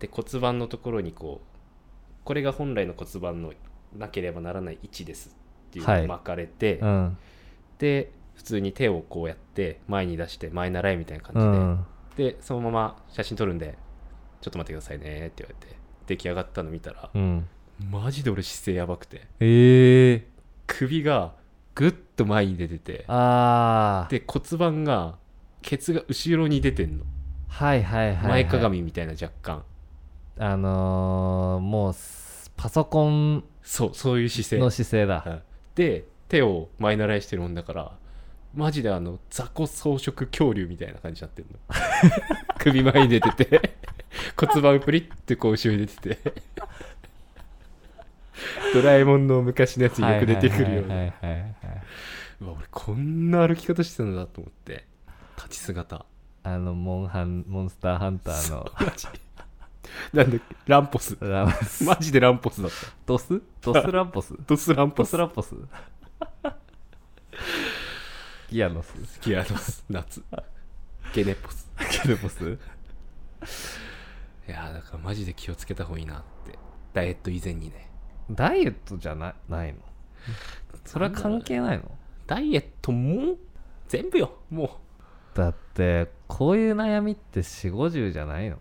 Speaker 1: で骨盤のところにこうこれが本来の骨盤のなければならない位置ですっていう
Speaker 2: は
Speaker 1: の
Speaker 2: い
Speaker 1: を巻かれて、
Speaker 2: うん
Speaker 1: で普通に手をこうやって前に出して前習いみたいな
Speaker 2: う
Speaker 1: 感
Speaker 2: ん
Speaker 1: じで、でそのまま写真撮るんでちょっと待ってくださいねって言われて出来上がったの見たら、
Speaker 2: うん
Speaker 1: マジで俺姿勢やばくて
Speaker 2: ええ
Speaker 1: 首がぐっと前に出てて
Speaker 2: ああ
Speaker 1: で骨盤がケツが後ろに出てんの
Speaker 2: はいはいはい、はい、
Speaker 1: 前かがみみたいな若干
Speaker 2: あのー、もうすパソコン
Speaker 1: そうそういう姿勢
Speaker 2: の姿勢だ
Speaker 1: はいで手を前習いしてるもんだからマジであの雑魚草食恐竜みたいな感じになってんの
Speaker 2: *laughs*
Speaker 1: 首前に出てて骨盤プリッてこう後ろに出ててドラえもんの昔のやつによく出てくるよう
Speaker 2: はいは
Speaker 1: ない
Speaker 2: はいはいはい、
Speaker 1: うわ俺こんな歩き方してたんだと思って立ち姿
Speaker 2: あのモンハンモンスターハンターの
Speaker 1: マジなんだっけランポス
Speaker 2: ラムス
Speaker 1: マジでランポスだった
Speaker 2: ドスドスランポス
Speaker 1: ドスランポ
Speaker 2: ド
Speaker 1: ス
Speaker 2: スラン *laughs* ポスギアノス
Speaker 1: ギアノス
Speaker 2: *laughs*
Speaker 1: 夏ゲネポス
Speaker 2: ケルポス
Speaker 1: いやーだからマジで気をつけた方がいいなってダイエット以前にね
Speaker 2: ダイエットじゃなないのそれは関係ないの
Speaker 1: ダイエットも全部よも
Speaker 2: だってこういう悩みって4 5 0じゃないの
Speaker 1: う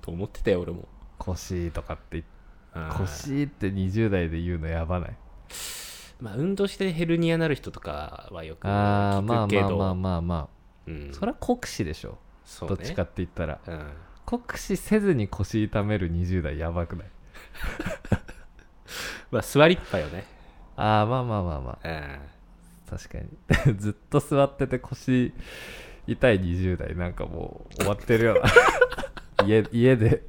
Speaker 1: と思ってたよ俺も
Speaker 2: 腰とかって
Speaker 1: あー
Speaker 2: 腰って20代で言うのやばない
Speaker 1: まあ運動してヘルニアになる人とかはよく
Speaker 2: ああま
Speaker 1: 聞
Speaker 2: あ
Speaker 1: くけ
Speaker 2: まあ
Speaker 1: ど
Speaker 2: まあまあま
Speaker 1: うん
Speaker 2: あそれは酷使でしょ
Speaker 1: そう
Speaker 2: ど
Speaker 1: ね
Speaker 2: っちかって言ったら
Speaker 1: うん
Speaker 2: 酷使せずに腰痛める20代やばくない
Speaker 1: まあ座りっぱよね
Speaker 2: ああまあまあまあま
Speaker 1: う
Speaker 2: あ
Speaker 1: ん
Speaker 2: 確かに *laughs* ずっと座ってて腰痛い20代なんかもう終わってるよう
Speaker 1: *laughs*
Speaker 2: な家家で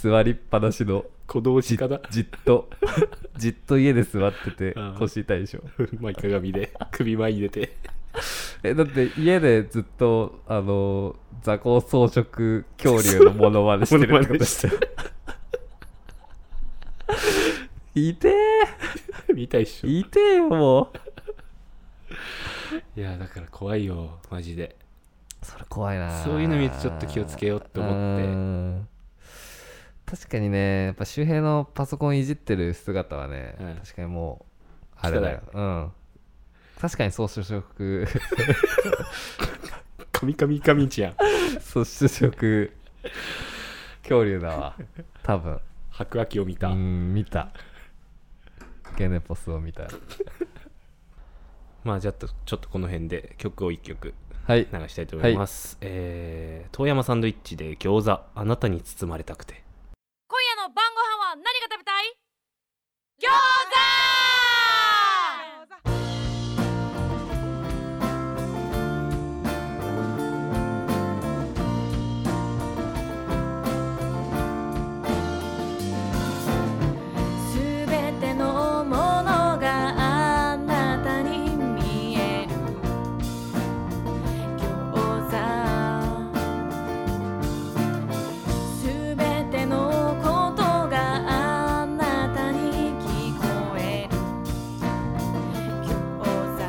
Speaker 2: 座りっぱなしの
Speaker 1: 鼓動しかだ
Speaker 2: じっと *laughs* じっと家で座ってて
Speaker 1: うん
Speaker 2: 腰痛いでしょ
Speaker 1: *laughs* 前鏡
Speaker 2: *laughs*
Speaker 1: で首前に出て
Speaker 2: えだって家でずっとあの雑魚装飾恐竜のモノマネしてるってことでしょ痛
Speaker 1: 見たいっし
Speaker 2: え
Speaker 1: ょ
Speaker 2: 痛えよもう
Speaker 1: いやだから怖いよマジで
Speaker 2: それ怖いな
Speaker 1: そういうの見るとちょっと気をつけようって思って
Speaker 2: うん確かにねやっぱ周平のパソコンいじってる姿はね、
Speaker 1: うん
Speaker 2: 確かにもうあれだよ、うん、確かに総主食
Speaker 1: カミカミカミちゃん
Speaker 2: 総主食恐竜だわ多分
Speaker 1: 白亜紀を見た、
Speaker 2: うん見たゲネポスを見た
Speaker 1: まあじゃあちょっとこの辺で曲を1曲
Speaker 2: はい
Speaker 1: 流したいと思います、えー、遠山サンドイッチで餃子あなたに包まれたくて
Speaker 4: 今夜の晩ご飯は何が食べたい餃子すべてのものがあなたに見える餃子すべてのことがあなたに聞こえる餃子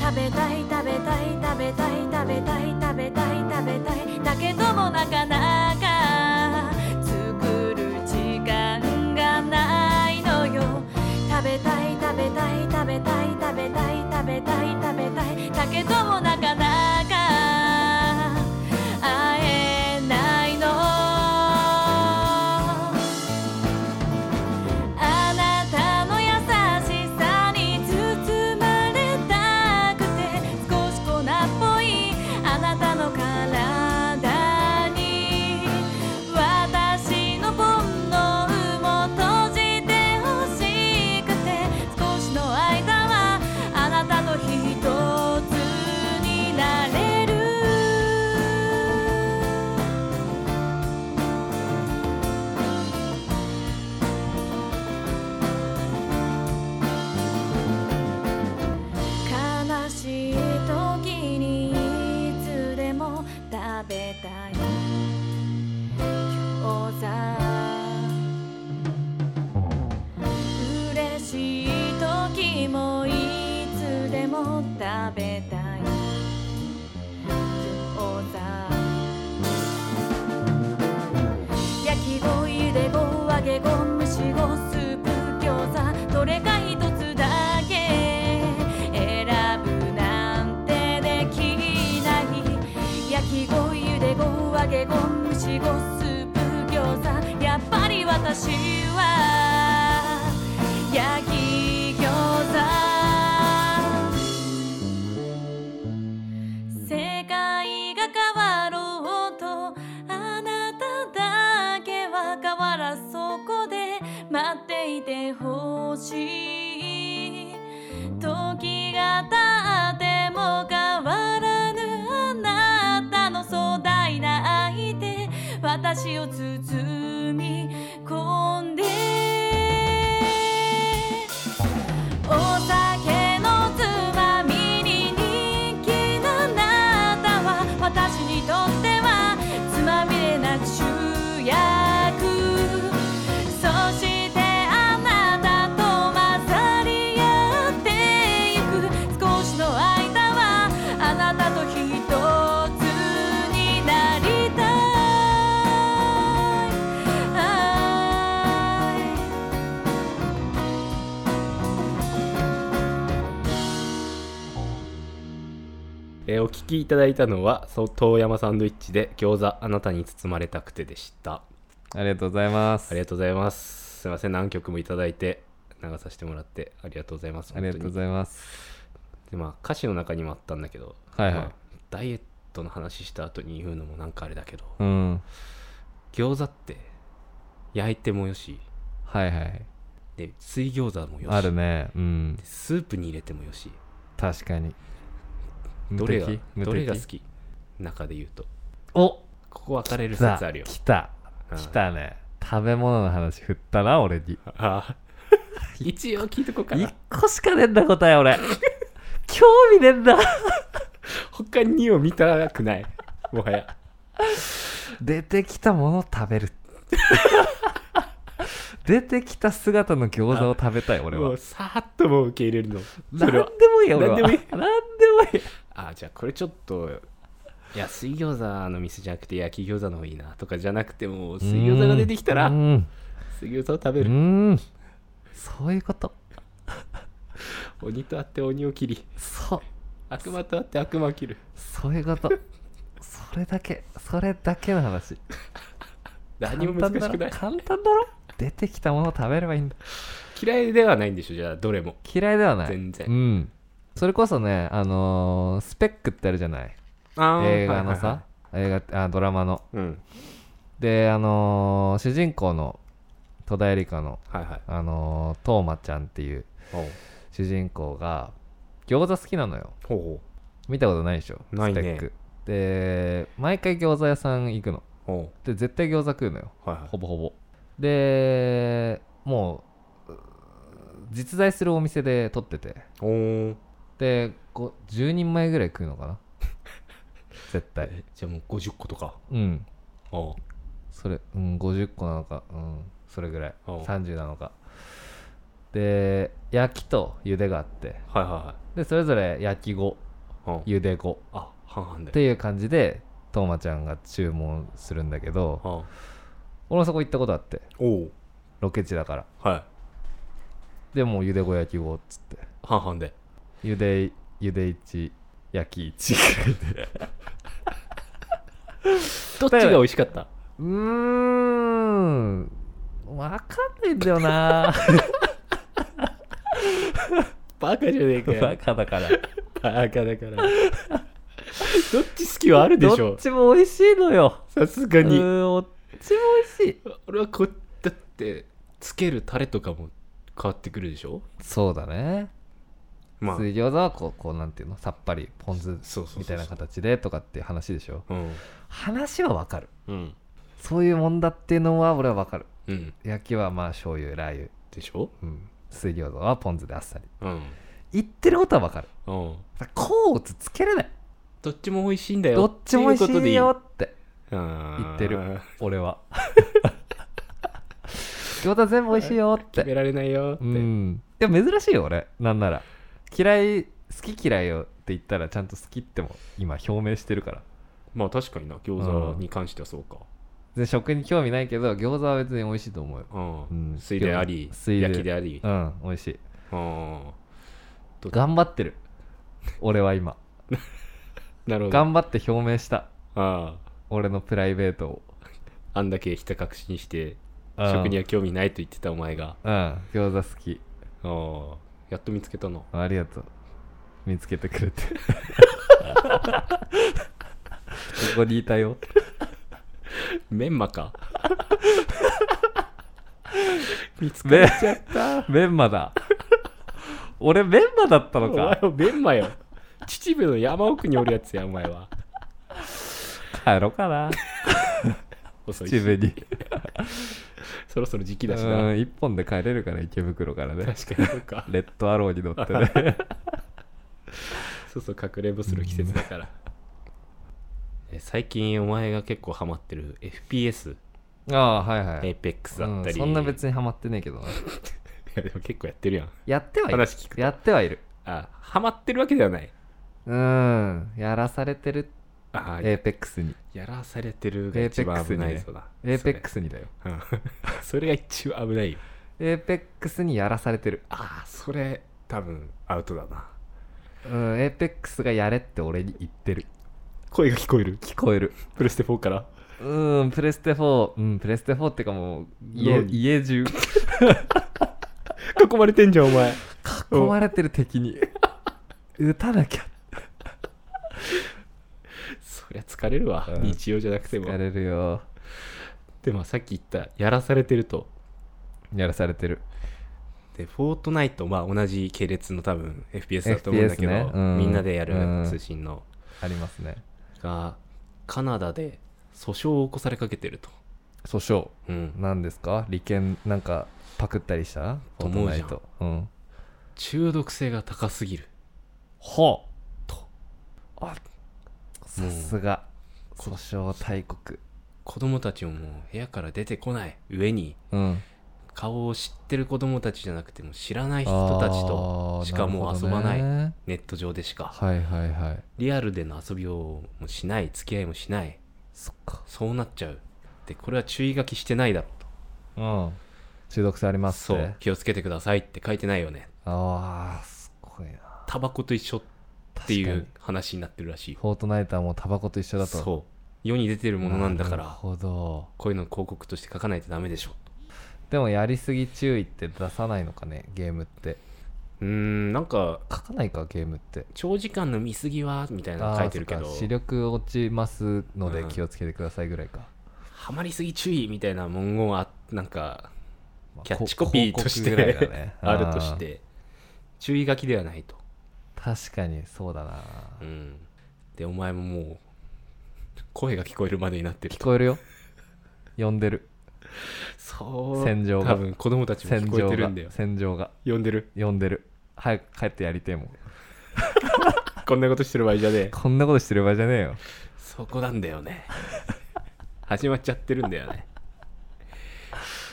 Speaker 4: 食べたい食べたい食べたい食べたい食べたい食べたいだけどもなかなか作る時間がないのよ食べたい食べたい食べたい食べたい食べたい食べたいだけどもなかなか会えないのあなたの優しさに包まれたくて少し粉っぽいあなたの体に私の煩悩も閉じてほしくて少しの間はあなたと一つになれる悲しい時にいつでも食べたい餃子嬉しい時もいつでも食べたい餃子焼きごゆでご揚げご蒸しごスープ餃子どれか一つだけ選ぶなんてできない焼きごゆでご揚げご蒸しごスープ餃子やっぱり私は焼き餃子世界が変わろうとあなただけは変わらずそこで待っていてほしい時が経っても変わらぬあなたの壮大な愛で私を包み込んでお酒のつまみに人気のあなたは私にとってはつまみれな主役そしてあなたと混ざり合ってゆく少しの間はあなたと一つになりたい
Speaker 1: えーお聴きいただいたのはそう遠山サンドイッチで餃子あなたに包まれたくてでした
Speaker 2: ありがとうございます
Speaker 1: ありがとうございますすいません何曲もいただいて流させてもらってありがとうございます
Speaker 2: ありがとうございます
Speaker 1: でまあ歌詞の中にもあったんだけど、
Speaker 2: はいはい
Speaker 1: まあダイエットの話した後に言うのもなんかあれだけど
Speaker 2: うん
Speaker 1: 餃子って焼いてもよし
Speaker 2: はいはい
Speaker 1: で水餃子もよし
Speaker 2: あるねうん
Speaker 1: スープに入れてもよし
Speaker 2: 確かに
Speaker 1: どれが
Speaker 2: 無敵無敵
Speaker 1: どれが好き中で言うと
Speaker 2: お
Speaker 1: ここ分かれる説
Speaker 2: さ
Speaker 1: あるよ
Speaker 2: 来た
Speaker 1: うん
Speaker 2: 来たね食べ物の話振ったな俺に *laughs*
Speaker 1: ああ一応聞いとこうか
Speaker 2: 1
Speaker 1: な
Speaker 2: 個しかねえんだ答
Speaker 1: *laughs*
Speaker 2: え俺興味ねえんだ
Speaker 1: 他にを見たくないもはや
Speaker 2: 出てきたものを食べる *laughs* 出てきた姿の餃子を食べたい俺
Speaker 1: も
Speaker 2: は
Speaker 1: うさーっともう受け入れるの
Speaker 2: 何
Speaker 1: そ
Speaker 2: で
Speaker 1: れは
Speaker 2: もいいよ俺は
Speaker 1: 何でもいい
Speaker 2: 何でもい
Speaker 1: あじゃあこれちょっといや水餃子の店じゃなくて焼き餃子の方がいいなとかじゃなくてもう水餃子が出てきたら
Speaker 2: うん
Speaker 1: 水餃子を食べ
Speaker 2: う
Speaker 1: る
Speaker 2: んそういうこと
Speaker 1: 鬼と会って鬼を切り
Speaker 2: そう
Speaker 1: 悪魔と会って悪魔を切る
Speaker 2: そういうことそれだけそれだけの話
Speaker 1: 何も難しくない
Speaker 2: 簡単だろ簡単だろ出てきたものを食べればいいんだ
Speaker 1: 嫌いではないんでしょじゃあどれも
Speaker 2: 嫌いではない
Speaker 1: 全然
Speaker 2: うんそれこそねあのースペックってあるじゃない
Speaker 1: あー
Speaker 2: 映画の
Speaker 1: はい
Speaker 2: さ映画あドラマの
Speaker 1: はいはいうん
Speaker 2: であのー主人公の戸田恵梨香の
Speaker 1: はいはい
Speaker 2: あのー、トーマちゃんっていう
Speaker 1: おう
Speaker 2: 主人公が餃子好きなのよ
Speaker 1: ほうほ
Speaker 2: 見たことないでしょ
Speaker 1: ないね
Speaker 2: スペックで毎回餃子屋さん行くの
Speaker 1: うほ
Speaker 2: で絶対餃子食うのよ
Speaker 1: うはいはい
Speaker 2: ほぼほぼでもううー実在するお店で撮ってて
Speaker 1: おー
Speaker 2: でこう10人前ぐらい食うのかな絶
Speaker 1: *laughs*
Speaker 2: 対
Speaker 1: えじゃあもう50個とか
Speaker 2: うん
Speaker 1: おう
Speaker 2: それ、うん、50個なのか、うん、それぐらい
Speaker 1: おう
Speaker 2: 30なのかで焼きと茹でがあって
Speaker 1: はいは
Speaker 2: でそれぞれ焼き後
Speaker 1: いはいおう
Speaker 2: 茹で後
Speaker 1: あ半々で
Speaker 2: っていう感じでトーマちゃんが注文するんだけど
Speaker 1: おう
Speaker 2: 俺もそこ行ったことあって
Speaker 1: おう
Speaker 2: ロケ地だから
Speaker 1: はい
Speaker 2: でもう茹で後焼き後っつって
Speaker 1: 半々で
Speaker 2: ゆでゆで1焼き1
Speaker 1: *laughs* どっちが美味しかった
Speaker 2: うーんわかんないんだよな
Speaker 1: バカじゃねえかよ
Speaker 2: バカだから
Speaker 1: バカだ *laughs* からどっち好きはあるでし
Speaker 2: ど
Speaker 1: ょ
Speaker 2: っちも美味しいのよ
Speaker 1: さすが
Speaker 2: う
Speaker 1: に
Speaker 2: ーんどっちも美味しい
Speaker 1: 俺はこだってつけるタレとかも変わってくるでしょ
Speaker 2: そうだね
Speaker 1: まあ
Speaker 2: 水餃子はこうこうなんていうのさっぱりポン酢
Speaker 1: そうそうそうそう
Speaker 2: みたいな形でとかっていう話でしょ
Speaker 1: うん
Speaker 2: 話はわかる
Speaker 1: うん
Speaker 2: そういうもんだっていうのは俺はわかる
Speaker 1: うん
Speaker 2: 焼きはまあ醤油ラー油
Speaker 1: でしょ
Speaker 2: うん水餃子はポン酢であっさり
Speaker 1: うん
Speaker 2: 言ってることはわかる
Speaker 1: うん
Speaker 2: コーツつけれない
Speaker 1: どっちも美味しいんだよ
Speaker 2: どっちも美味
Speaker 1: てうこと
Speaker 2: し
Speaker 1: で
Speaker 2: いよって
Speaker 1: い言
Speaker 2: 言ってる俺は餃子全部美味しいよっ
Speaker 1: 決め
Speaker 2: て
Speaker 1: られないよって、
Speaker 2: うんでも珍しいよ俺なんなら嫌い好き嫌いよって言ったらちゃんと好きっても今表明してるから
Speaker 1: まあ確かにな餃子に関してはそうか
Speaker 2: で食に興味ないけど餃子は別に美味しいと思うよ
Speaker 1: うん、
Speaker 2: うん
Speaker 1: 水であり
Speaker 2: 水で
Speaker 1: 焼きであり、
Speaker 2: うん美味しい
Speaker 1: うん、
Speaker 2: 頑張ってる俺は今
Speaker 1: なるほど
Speaker 2: 頑張って表明した
Speaker 1: あ
Speaker 2: 俺のプライベートを
Speaker 1: ああんだけひた隠しにして
Speaker 2: うん
Speaker 1: 食には興味ないと言ってたお前が
Speaker 2: うん餃子好き
Speaker 1: ああやっと見つけたの
Speaker 2: ありがとう見つけてくれてここにいたよ
Speaker 1: メンマか見つか
Speaker 2: め
Speaker 1: っちゃった
Speaker 2: メンマだ俺メンマだったの
Speaker 1: お前
Speaker 2: か
Speaker 1: はメンマよ秩父の山奥におるやつやお前は
Speaker 2: 帰ろうかな
Speaker 1: 遅いし
Speaker 2: 秩父に
Speaker 1: そろそろ時期だし
Speaker 2: う
Speaker 1: なん
Speaker 2: 一本で帰れるから池袋からね
Speaker 1: 確かにそうか
Speaker 2: レッドアローに乗っ
Speaker 1: *laughs*
Speaker 2: てね
Speaker 1: そうそう隠れんぼする季節だからえ最近お前が結構ハマってる FPS
Speaker 2: ああはいはい
Speaker 1: APEX だったり、
Speaker 2: うんそんな別
Speaker 1: に
Speaker 2: にハマってねえけどな
Speaker 1: でも結構やってるやん
Speaker 2: *laughs* やってはいる
Speaker 1: 話聞くと
Speaker 2: やってはいる
Speaker 1: あハマってるわけではない
Speaker 2: うんやらされてる
Speaker 1: ああ、
Speaker 2: エーペックスに
Speaker 1: やらされてるが一番危ないぞな
Speaker 2: エーペックスにだよ
Speaker 1: それ,、うん、 *laughs* それが一番危ないよ
Speaker 2: エーペックスにやらされてる
Speaker 1: ああそれ多分アウトだな
Speaker 2: うんエーペックスがやれって俺に言ってる
Speaker 1: 声が聞こえる
Speaker 2: 聞こえる
Speaker 1: プレステ4から
Speaker 2: うんプレステ4うんプレステ4ってかもう家
Speaker 1: 脳に
Speaker 2: 家中
Speaker 1: 囲まれてんじゃんお前
Speaker 2: 囲まれてる敵 *laughs* に打たなきゃ
Speaker 1: そりゃ疲れるわ、
Speaker 2: うん
Speaker 1: 日曜じゃなくても
Speaker 2: やれるよ
Speaker 1: でもさっき言ったやらされてると
Speaker 2: やらされてる
Speaker 1: でフォートナイトまあ同じ系列の多分 FPS だと思うんだけど、
Speaker 2: FPS ねうん
Speaker 1: みんなでやる
Speaker 2: うん
Speaker 1: 通信の、
Speaker 2: ありますね
Speaker 1: がカナダで訴訟を起こされかけてると、
Speaker 2: 訴訟
Speaker 1: うん、
Speaker 2: 何ですか利権なんかパクったりした
Speaker 1: と思うじゃん
Speaker 2: フォートナイトうん
Speaker 1: 中毒性が高すぎる
Speaker 2: はあとあさすが訴訟大国
Speaker 1: 子供たちももう部屋から出てこない上に
Speaker 2: うん
Speaker 1: 顔を知ってる子供たちじゃなくても知らない人たちと
Speaker 2: と
Speaker 1: しかもう遊ばないネット上でしか
Speaker 2: はいはいはい
Speaker 1: リアルでの遊びをもしない付き合いもしない
Speaker 2: そっか
Speaker 1: そうなっちゃうでこれは注意書きしてないだろうと
Speaker 2: うん中毒性あります
Speaker 1: そ
Speaker 2: っ
Speaker 1: う
Speaker 2: て
Speaker 1: 気をつけてくださいって書いてないよね
Speaker 2: ああすごいな
Speaker 1: タバコと一緒ってい
Speaker 2: 確か
Speaker 1: う
Speaker 2: に
Speaker 1: 話になってるらしい
Speaker 2: フォートナイターもタバコと一緒だと
Speaker 1: そう世に出てるものなんだか
Speaker 2: なる
Speaker 1: ら
Speaker 2: ほど
Speaker 1: こういうの広告として書かないとダメでしょ
Speaker 2: でもやりすぎ注意って出さないのかねゲームって
Speaker 1: うーんなんか
Speaker 2: 書かないかゲームって
Speaker 1: 長時間の見過ぎはみたいな
Speaker 2: あ
Speaker 1: の
Speaker 2: ー
Speaker 1: 書いてるけど
Speaker 2: そっか視力落ちますので
Speaker 1: うん
Speaker 2: 気をつけてくださいぐらいか、
Speaker 1: ハマりすぎ注意みたいな文言はなんか
Speaker 2: まあ
Speaker 1: キャッチコピーとして、
Speaker 2: 広告ぐらいだね
Speaker 1: *laughs* あるとし
Speaker 2: うん
Speaker 1: て注意書きではないと、
Speaker 2: 確かにそうだな、
Speaker 1: うん、でお前ももう声が聞こえるまでになってる
Speaker 2: 聞こえるよ呼んでる
Speaker 1: そう
Speaker 2: 戦場が
Speaker 1: 多分子供たちも
Speaker 2: 戦
Speaker 1: 聞こえ
Speaker 2: 場
Speaker 1: てるんだよ
Speaker 2: が戦場が
Speaker 1: 呼んでる
Speaker 2: 呼んでる早く帰ってやりてえもん
Speaker 1: こんなことしてる場合じゃね
Speaker 2: *laughs*
Speaker 1: え
Speaker 2: こんなことしてる場合じゃねえよ
Speaker 1: そこなんだよね始まっちゃってるんだよね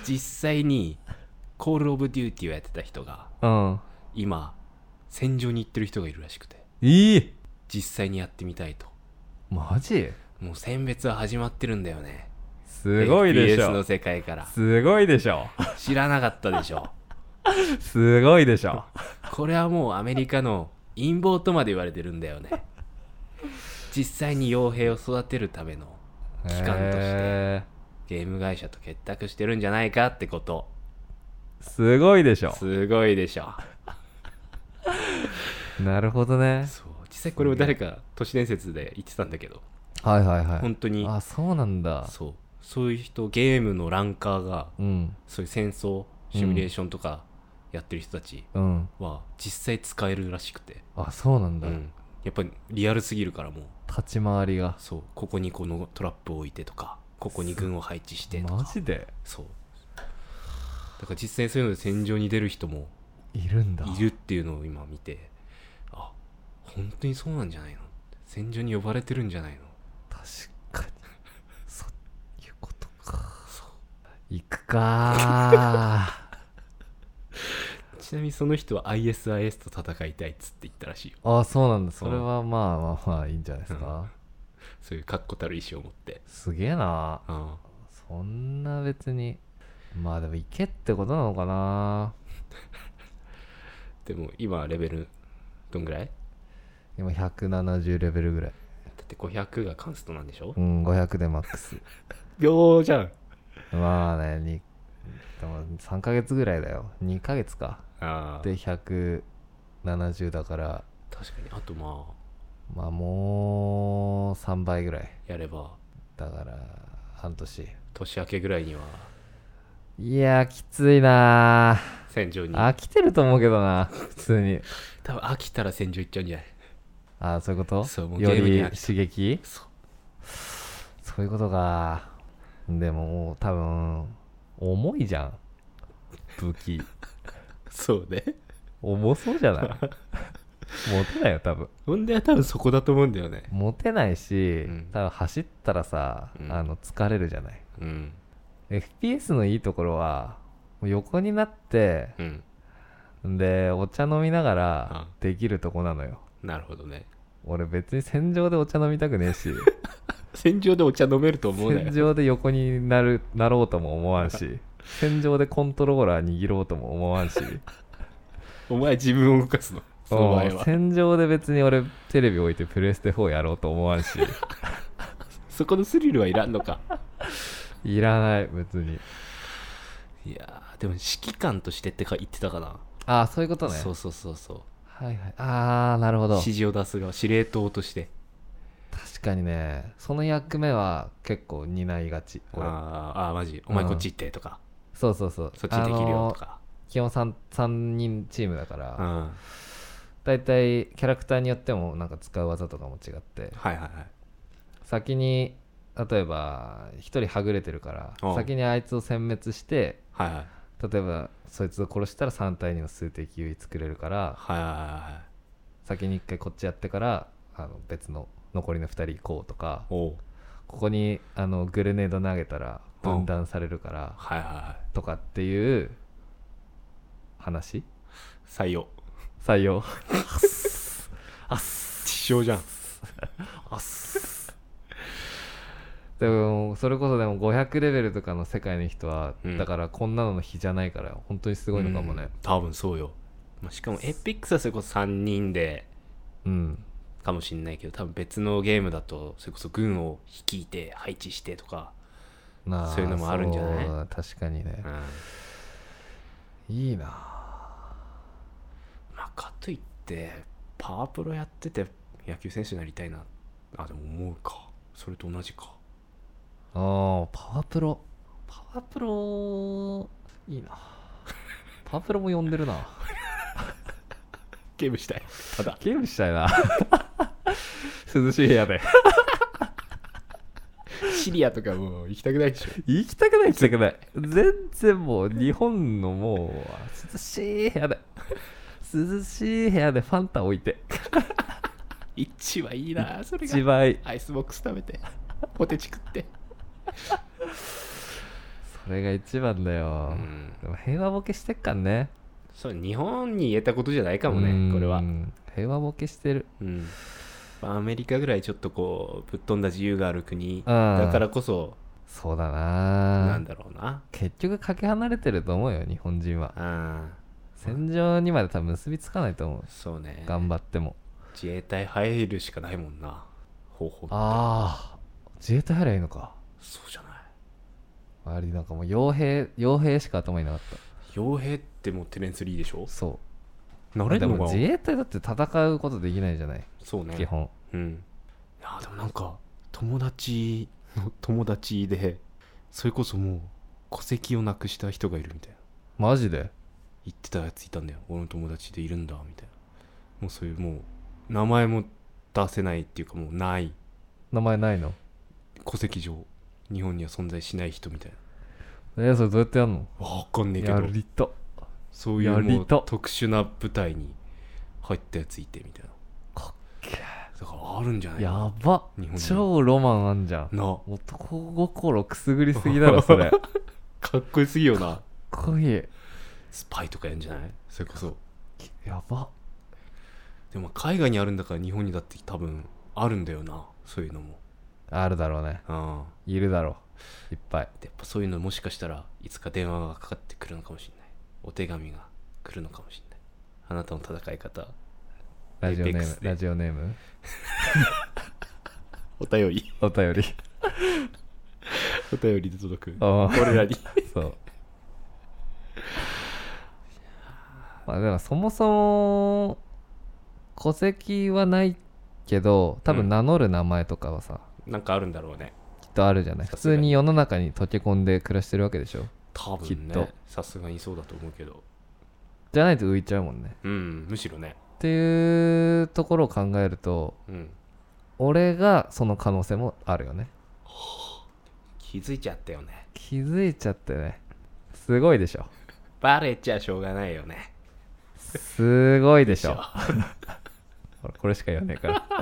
Speaker 1: 実際にコール・オブ・デューティーをやってた人が
Speaker 2: うん
Speaker 1: 今戦場に行ってる人がいるらしくて
Speaker 2: いい
Speaker 1: 実際にやってみたいと
Speaker 2: マジ
Speaker 1: もう選別は始まってるんだよね
Speaker 2: すごいでし
Speaker 1: FPS の
Speaker 2: ょ
Speaker 1: 世界から
Speaker 2: すごいでしょ
Speaker 1: 知らなかったでし *laughs* ょ
Speaker 2: すごいでしょ
Speaker 1: これはもうアメリカの陰謀とまで言われてるんだよね実際に傭兵を育てるための機関として
Speaker 2: へ
Speaker 1: ゲーム会社と結託してるんじゃないかってこと
Speaker 2: ーすごいでしょ
Speaker 1: すごいでしょ
Speaker 2: なるほどね
Speaker 1: そう実際これを誰か都市伝説で言ってたんだけど
Speaker 2: はいはいはい
Speaker 1: 本当に
Speaker 2: あそうなんだ
Speaker 1: そうそういう人ゲームのランカーが
Speaker 2: うん
Speaker 1: そういう戦争シミュレーションとかやってる人たち
Speaker 2: うん
Speaker 1: は実際使えるらしくて、
Speaker 2: あそうなん
Speaker 1: う
Speaker 2: だ、
Speaker 1: ん、やっぱりリアルすぎるからもう
Speaker 2: 立ち回りが
Speaker 1: そうここにこのトラップを置いてとかここに軍を配置してと
Speaker 2: マ
Speaker 1: か
Speaker 2: ジで
Speaker 1: そうだから実際にそういうので戦場に出る人も
Speaker 2: いるんだ
Speaker 1: いるっていうのを今見てあ本当にそうなんじゃないの戦場に呼ばれてるんじゃないの
Speaker 2: 確かにそういうことか行くか
Speaker 1: *laughs* ちなみにその人は ISIS と戦いたいっつって言ったらしいよ
Speaker 2: ーあそうなんだそ
Speaker 1: そう
Speaker 2: れはまあまあまあいいんじゃないですか、
Speaker 1: そういう確固たる意志を持って
Speaker 2: すげえな
Speaker 1: うん
Speaker 2: そんな別にまあでも行けってことなのかな
Speaker 1: でも今レベルどんぐらい
Speaker 2: 今170レベルぐらい
Speaker 1: だって500がカンストなんでしょ
Speaker 2: うん500でマックス *laughs*
Speaker 1: 秒じゃん
Speaker 2: まあねにでも3ヶ月ぐらいだよ2ヶ月か
Speaker 1: ああ
Speaker 2: で170だから
Speaker 1: 確かにあとまあ
Speaker 2: まあもう3倍ぐらい
Speaker 1: やれば
Speaker 2: だから半年
Speaker 1: 年明けぐらいにはい
Speaker 2: やーきついな
Speaker 1: 戦場に
Speaker 2: ー飽きてると思うけどな普通に
Speaker 1: 多分飽きたら戦場行っちゃうんじゃない
Speaker 2: ああそういうこと
Speaker 1: そうもう
Speaker 2: よ
Speaker 1: ゲームに
Speaker 2: り
Speaker 1: 飽き
Speaker 2: 刺激
Speaker 1: そう
Speaker 2: そういうことかでももう多分重いじゃん武器
Speaker 1: そうね
Speaker 2: 重そうじゃな
Speaker 1: *laughs*
Speaker 2: いモテないよ多分
Speaker 1: 問題は多分そこだと思うんだよね
Speaker 2: モテないし、
Speaker 1: うん
Speaker 2: 多分走ったらさ、
Speaker 1: うん
Speaker 2: あの疲れるじゃない
Speaker 1: うん
Speaker 2: FPS のいいところはもう横になって
Speaker 1: うん
Speaker 2: でお茶飲みながら
Speaker 1: あ
Speaker 2: できるとこなのよ
Speaker 1: なるほどね
Speaker 2: 俺別に戦場でお茶飲みたくね
Speaker 1: *laughs*
Speaker 2: えし
Speaker 1: 戦場でお茶飲めると思うな
Speaker 2: 戦
Speaker 1: よ
Speaker 2: 場で横になるなろうとも思わんし戦場でコントローラー握ろうとも思わんし
Speaker 1: お前自分を動かすの *laughs* その場合
Speaker 2: うん
Speaker 1: は
Speaker 2: 戦場で別に俺テレビ置いてプレステ4やろうと思わんし
Speaker 1: そこのスリルはいらんのか
Speaker 2: いらない別に
Speaker 1: いやーでも指揮官としてってか言ってたかな
Speaker 2: ああそういうことね
Speaker 1: そうそうそうそう
Speaker 2: はいはいああなるほど
Speaker 1: 指示を出す側司令塔として
Speaker 2: 確かにねその役目は結構担いがち
Speaker 1: あー
Speaker 2: 俺
Speaker 1: あーマジお前こっち行ってとか、
Speaker 2: そうそうそう
Speaker 1: そっちできるよとか、
Speaker 2: あの基本 3, 三人チームだから、
Speaker 1: うん
Speaker 2: だいたいキャラクターによってもなんか使う技とかも違って
Speaker 1: はいはいはい
Speaker 2: 先に例えば1人はぐれてるか
Speaker 1: う
Speaker 2: ら
Speaker 1: ん
Speaker 2: 先にあいつを殲滅して
Speaker 1: はいはい
Speaker 2: 例えばそいつを殺したら3対2の数的優位作れるから
Speaker 1: はいはいはい
Speaker 2: 先に1回こっちやってからあの別の残りの2人行こうとか
Speaker 1: おう
Speaker 2: ここにあのグレネード投げたら分断されるから
Speaker 1: はいはいはい
Speaker 2: とかっていう話
Speaker 1: 採用
Speaker 2: 採用あっ
Speaker 1: 地表じゃん
Speaker 2: あっすでもそれこそでも500レベルとかの世界の人は、
Speaker 1: うん
Speaker 2: だからこんなのの比じゃないから本当にすごいのかもね
Speaker 1: 多分そうよ、まあ、しかもエピックスはそれこそ3人で
Speaker 2: うん、
Speaker 1: かもしんないけど多分別のゲームだとそれこそ軍を率いて配置してとか、
Speaker 2: な
Speaker 1: そういうのもあるんじゃない
Speaker 2: そうだ確かにね
Speaker 1: うん、、
Speaker 2: いいな
Speaker 1: まあかといってパワープロやってて野球選手になりたいなあでも思うかそれと同じか
Speaker 2: あーパワープロパワープロいいな *laughs* パワープロも呼んでるな
Speaker 1: ゲームしたいただ
Speaker 2: ゲームしたいな *laughs* 涼しい部屋で
Speaker 1: シリアとかもう行きたくないでしょ
Speaker 2: 行きたくない行きたくない全然もう日本のもう涼しい部屋で涼しい部屋でファンタ置いて
Speaker 1: *laughs* 一番いいなそれ
Speaker 2: *laughs* 一
Speaker 1: が
Speaker 2: 番いい
Speaker 1: アイスボックス食べてポテチ食って
Speaker 2: それが一番だ
Speaker 1: う
Speaker 2: よ、
Speaker 1: ん
Speaker 2: でも平和ボケしてっかんね
Speaker 1: そう日本に言えたことじゃないか
Speaker 2: で
Speaker 1: もねこれは
Speaker 2: 平和ボケしてる
Speaker 1: うんまあアメリカぐらいちょっとこうぶっ飛んだ自由がある国だ
Speaker 2: あー
Speaker 1: からこそ
Speaker 2: そうだ
Speaker 1: な
Speaker 2: なん
Speaker 1: だろうな
Speaker 2: 結局かけ離れてると思うよ日本人は
Speaker 1: うん
Speaker 2: 戦場にまで多分結びつかないと思う
Speaker 1: そうね
Speaker 2: 頑張っても
Speaker 1: 自衛隊入るしかないもんな方法
Speaker 2: ああ自衛隊入りゃいいのか
Speaker 1: そうじゃない
Speaker 2: 周りなんかもう傭兵傭兵しか頭いなかった
Speaker 1: 傭兵ってもうテレンス・リーでしょ
Speaker 2: そう
Speaker 1: 慣れ
Speaker 2: で
Speaker 1: るの
Speaker 2: も
Speaker 1: か
Speaker 2: 自衛隊だって戦うことできないじゃない、
Speaker 1: そうね
Speaker 2: 基本
Speaker 1: うんいやでもなんか友達の友達でそれこそもう戸籍をなくした人がいるみたいな
Speaker 2: マジで
Speaker 1: 言ってたやついたんだよ俺の友達でいるんだみたいなもうそういうもう名前も出せないっていうかもうない
Speaker 2: 名前ないの
Speaker 1: 戸籍上日本には存在しない人みたい
Speaker 2: えそれどうやってやんの
Speaker 1: なわかんねえけ
Speaker 2: や
Speaker 1: ど
Speaker 2: りと
Speaker 1: そうい
Speaker 2: や
Speaker 1: う
Speaker 2: り
Speaker 1: もう
Speaker 2: た
Speaker 1: 特殊な舞台に入ったやついてみたいな
Speaker 2: かっけ
Speaker 1: だからあるんじゃないか
Speaker 2: やば
Speaker 1: 日本に
Speaker 2: 超ロマンあんじゃん
Speaker 1: なな
Speaker 2: 男心くすぐりすぎだろそ *laughs* れかっ
Speaker 1: かっこいいすぎよな
Speaker 2: こいい
Speaker 1: スパイとかやんじゃないそれこそ
Speaker 2: やば
Speaker 1: でも海外にあるんだから日本にだって多分あるんだよなそういうのも
Speaker 2: あるだろうね
Speaker 1: うん
Speaker 2: いるだろういっぱい
Speaker 1: でやっぱそういうのもしかしたらいつか電話がかかってくるのかもしれないお手紙が来るのかもしれないあなたの戦い方
Speaker 2: ラジオネー
Speaker 1: Apex
Speaker 2: ム
Speaker 1: で
Speaker 2: ラジオネーム
Speaker 1: お便り *laughs*
Speaker 2: お便 *laughs* り
Speaker 1: お便りで届く
Speaker 2: ああ
Speaker 1: 俺らに *laughs*
Speaker 2: そう *laughs* まあでもそもそも戸籍はないけど多
Speaker 1: うん
Speaker 2: 分名乗る名前とかはさ、
Speaker 1: なんかあるんだろうね
Speaker 2: きっとあるじゃない普
Speaker 1: さすが
Speaker 2: 通
Speaker 1: に
Speaker 2: に世の中に溶け込んで暮らしてるわけでしょ
Speaker 1: 多
Speaker 2: き
Speaker 1: 分
Speaker 2: っ
Speaker 1: ね
Speaker 2: と
Speaker 1: さすがにそうだと思うけど
Speaker 2: じゃないと浮いちゃうもんね
Speaker 1: うんむしろね
Speaker 2: っていうところを考えると
Speaker 1: うん
Speaker 2: 俺がその可能性もあるよね
Speaker 1: 気づいちゃったよね
Speaker 2: 気づいちゃってねすごいでしょ
Speaker 1: バレちゃしょうがないよね
Speaker 2: すごいでし
Speaker 1: で
Speaker 2: ょ
Speaker 1: しょ
Speaker 2: *laughs* ほらこれしか言わないから
Speaker 1: 確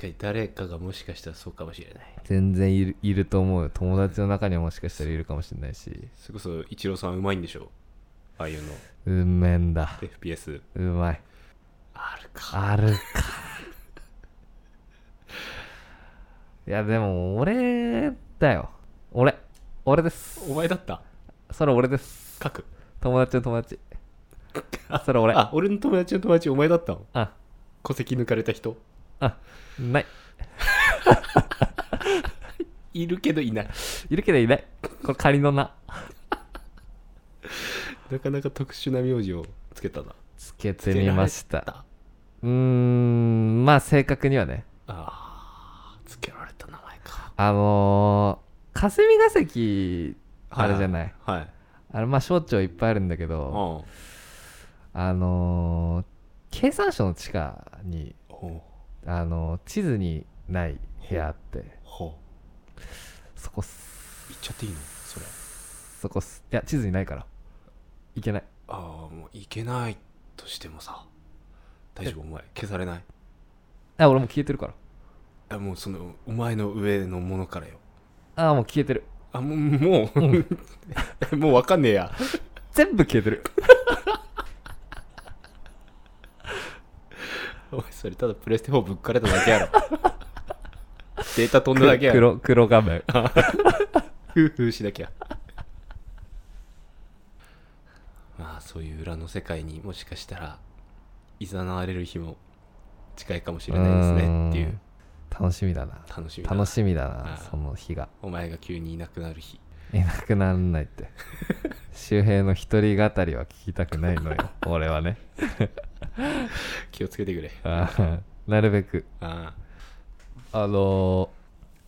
Speaker 1: かに誰かがもしかしたらそうかもしれない
Speaker 2: 全然いるいると思うよ友達の中にはもしかしたらいるかもしれないし
Speaker 1: それこそイチローさんうまいんでしょああいうの
Speaker 2: うめえんだ
Speaker 1: FPS
Speaker 2: うまい
Speaker 1: あるか
Speaker 2: あるかいやでも俺だよ俺俺です
Speaker 1: お前だった
Speaker 2: それ俺です
Speaker 1: 書く
Speaker 2: 友達の
Speaker 1: *laughs*
Speaker 2: 友達それ俺
Speaker 1: あ俺の友達の友達お前だったの
Speaker 2: あ
Speaker 1: 戸籍抜かれた人
Speaker 2: あない
Speaker 1: いるけどいない
Speaker 2: いるけどいないこれ仮の名
Speaker 1: なかなか特殊な名字をつけたな
Speaker 2: つけてみました
Speaker 1: あ
Speaker 2: うーんまあ正確にはね
Speaker 1: あーつけられた名前か
Speaker 2: あのー、霞が関あれじゃない、
Speaker 1: はい
Speaker 2: あれまあ省庁いっぱいあるんだけ
Speaker 1: うん
Speaker 2: ど
Speaker 1: お
Speaker 2: あのー、経産省の地下に
Speaker 1: ほ
Speaker 2: あのー、地図にない部屋あって
Speaker 1: ほ
Speaker 2: そこっす
Speaker 1: 言っちゃっていいのそれ
Speaker 2: そこっすいや地図にないからいけない
Speaker 1: ああもういけないとしてもさ大丈夫お前消されない
Speaker 2: あ俺も消えてるから
Speaker 1: あもうそのお前の上のものからよ
Speaker 2: ああもう消えてる
Speaker 1: あもうもう、 *laughs* もうわかんねえや
Speaker 2: 全部消えてる
Speaker 1: おいそれただプレステ4ぶっかれただけ *laughs* やろデータ飛んだだけやろ
Speaker 2: 黒黒画面
Speaker 1: ふうふうしなきゃ *laughs* まあそういう裏の世界にもしかしたらいざなわれる日も近いかもしれないですねっていううん
Speaker 2: 楽しみだな
Speaker 1: 楽しみだな
Speaker 2: 楽しみだ
Speaker 1: あー
Speaker 2: なその日が
Speaker 1: お前が急にいなくなる日
Speaker 2: いなくならないって周平の一人語りは聞きたくないのよ俺はね
Speaker 1: 気をつけてくれ
Speaker 2: あーなるべく
Speaker 1: ああ
Speaker 2: あのー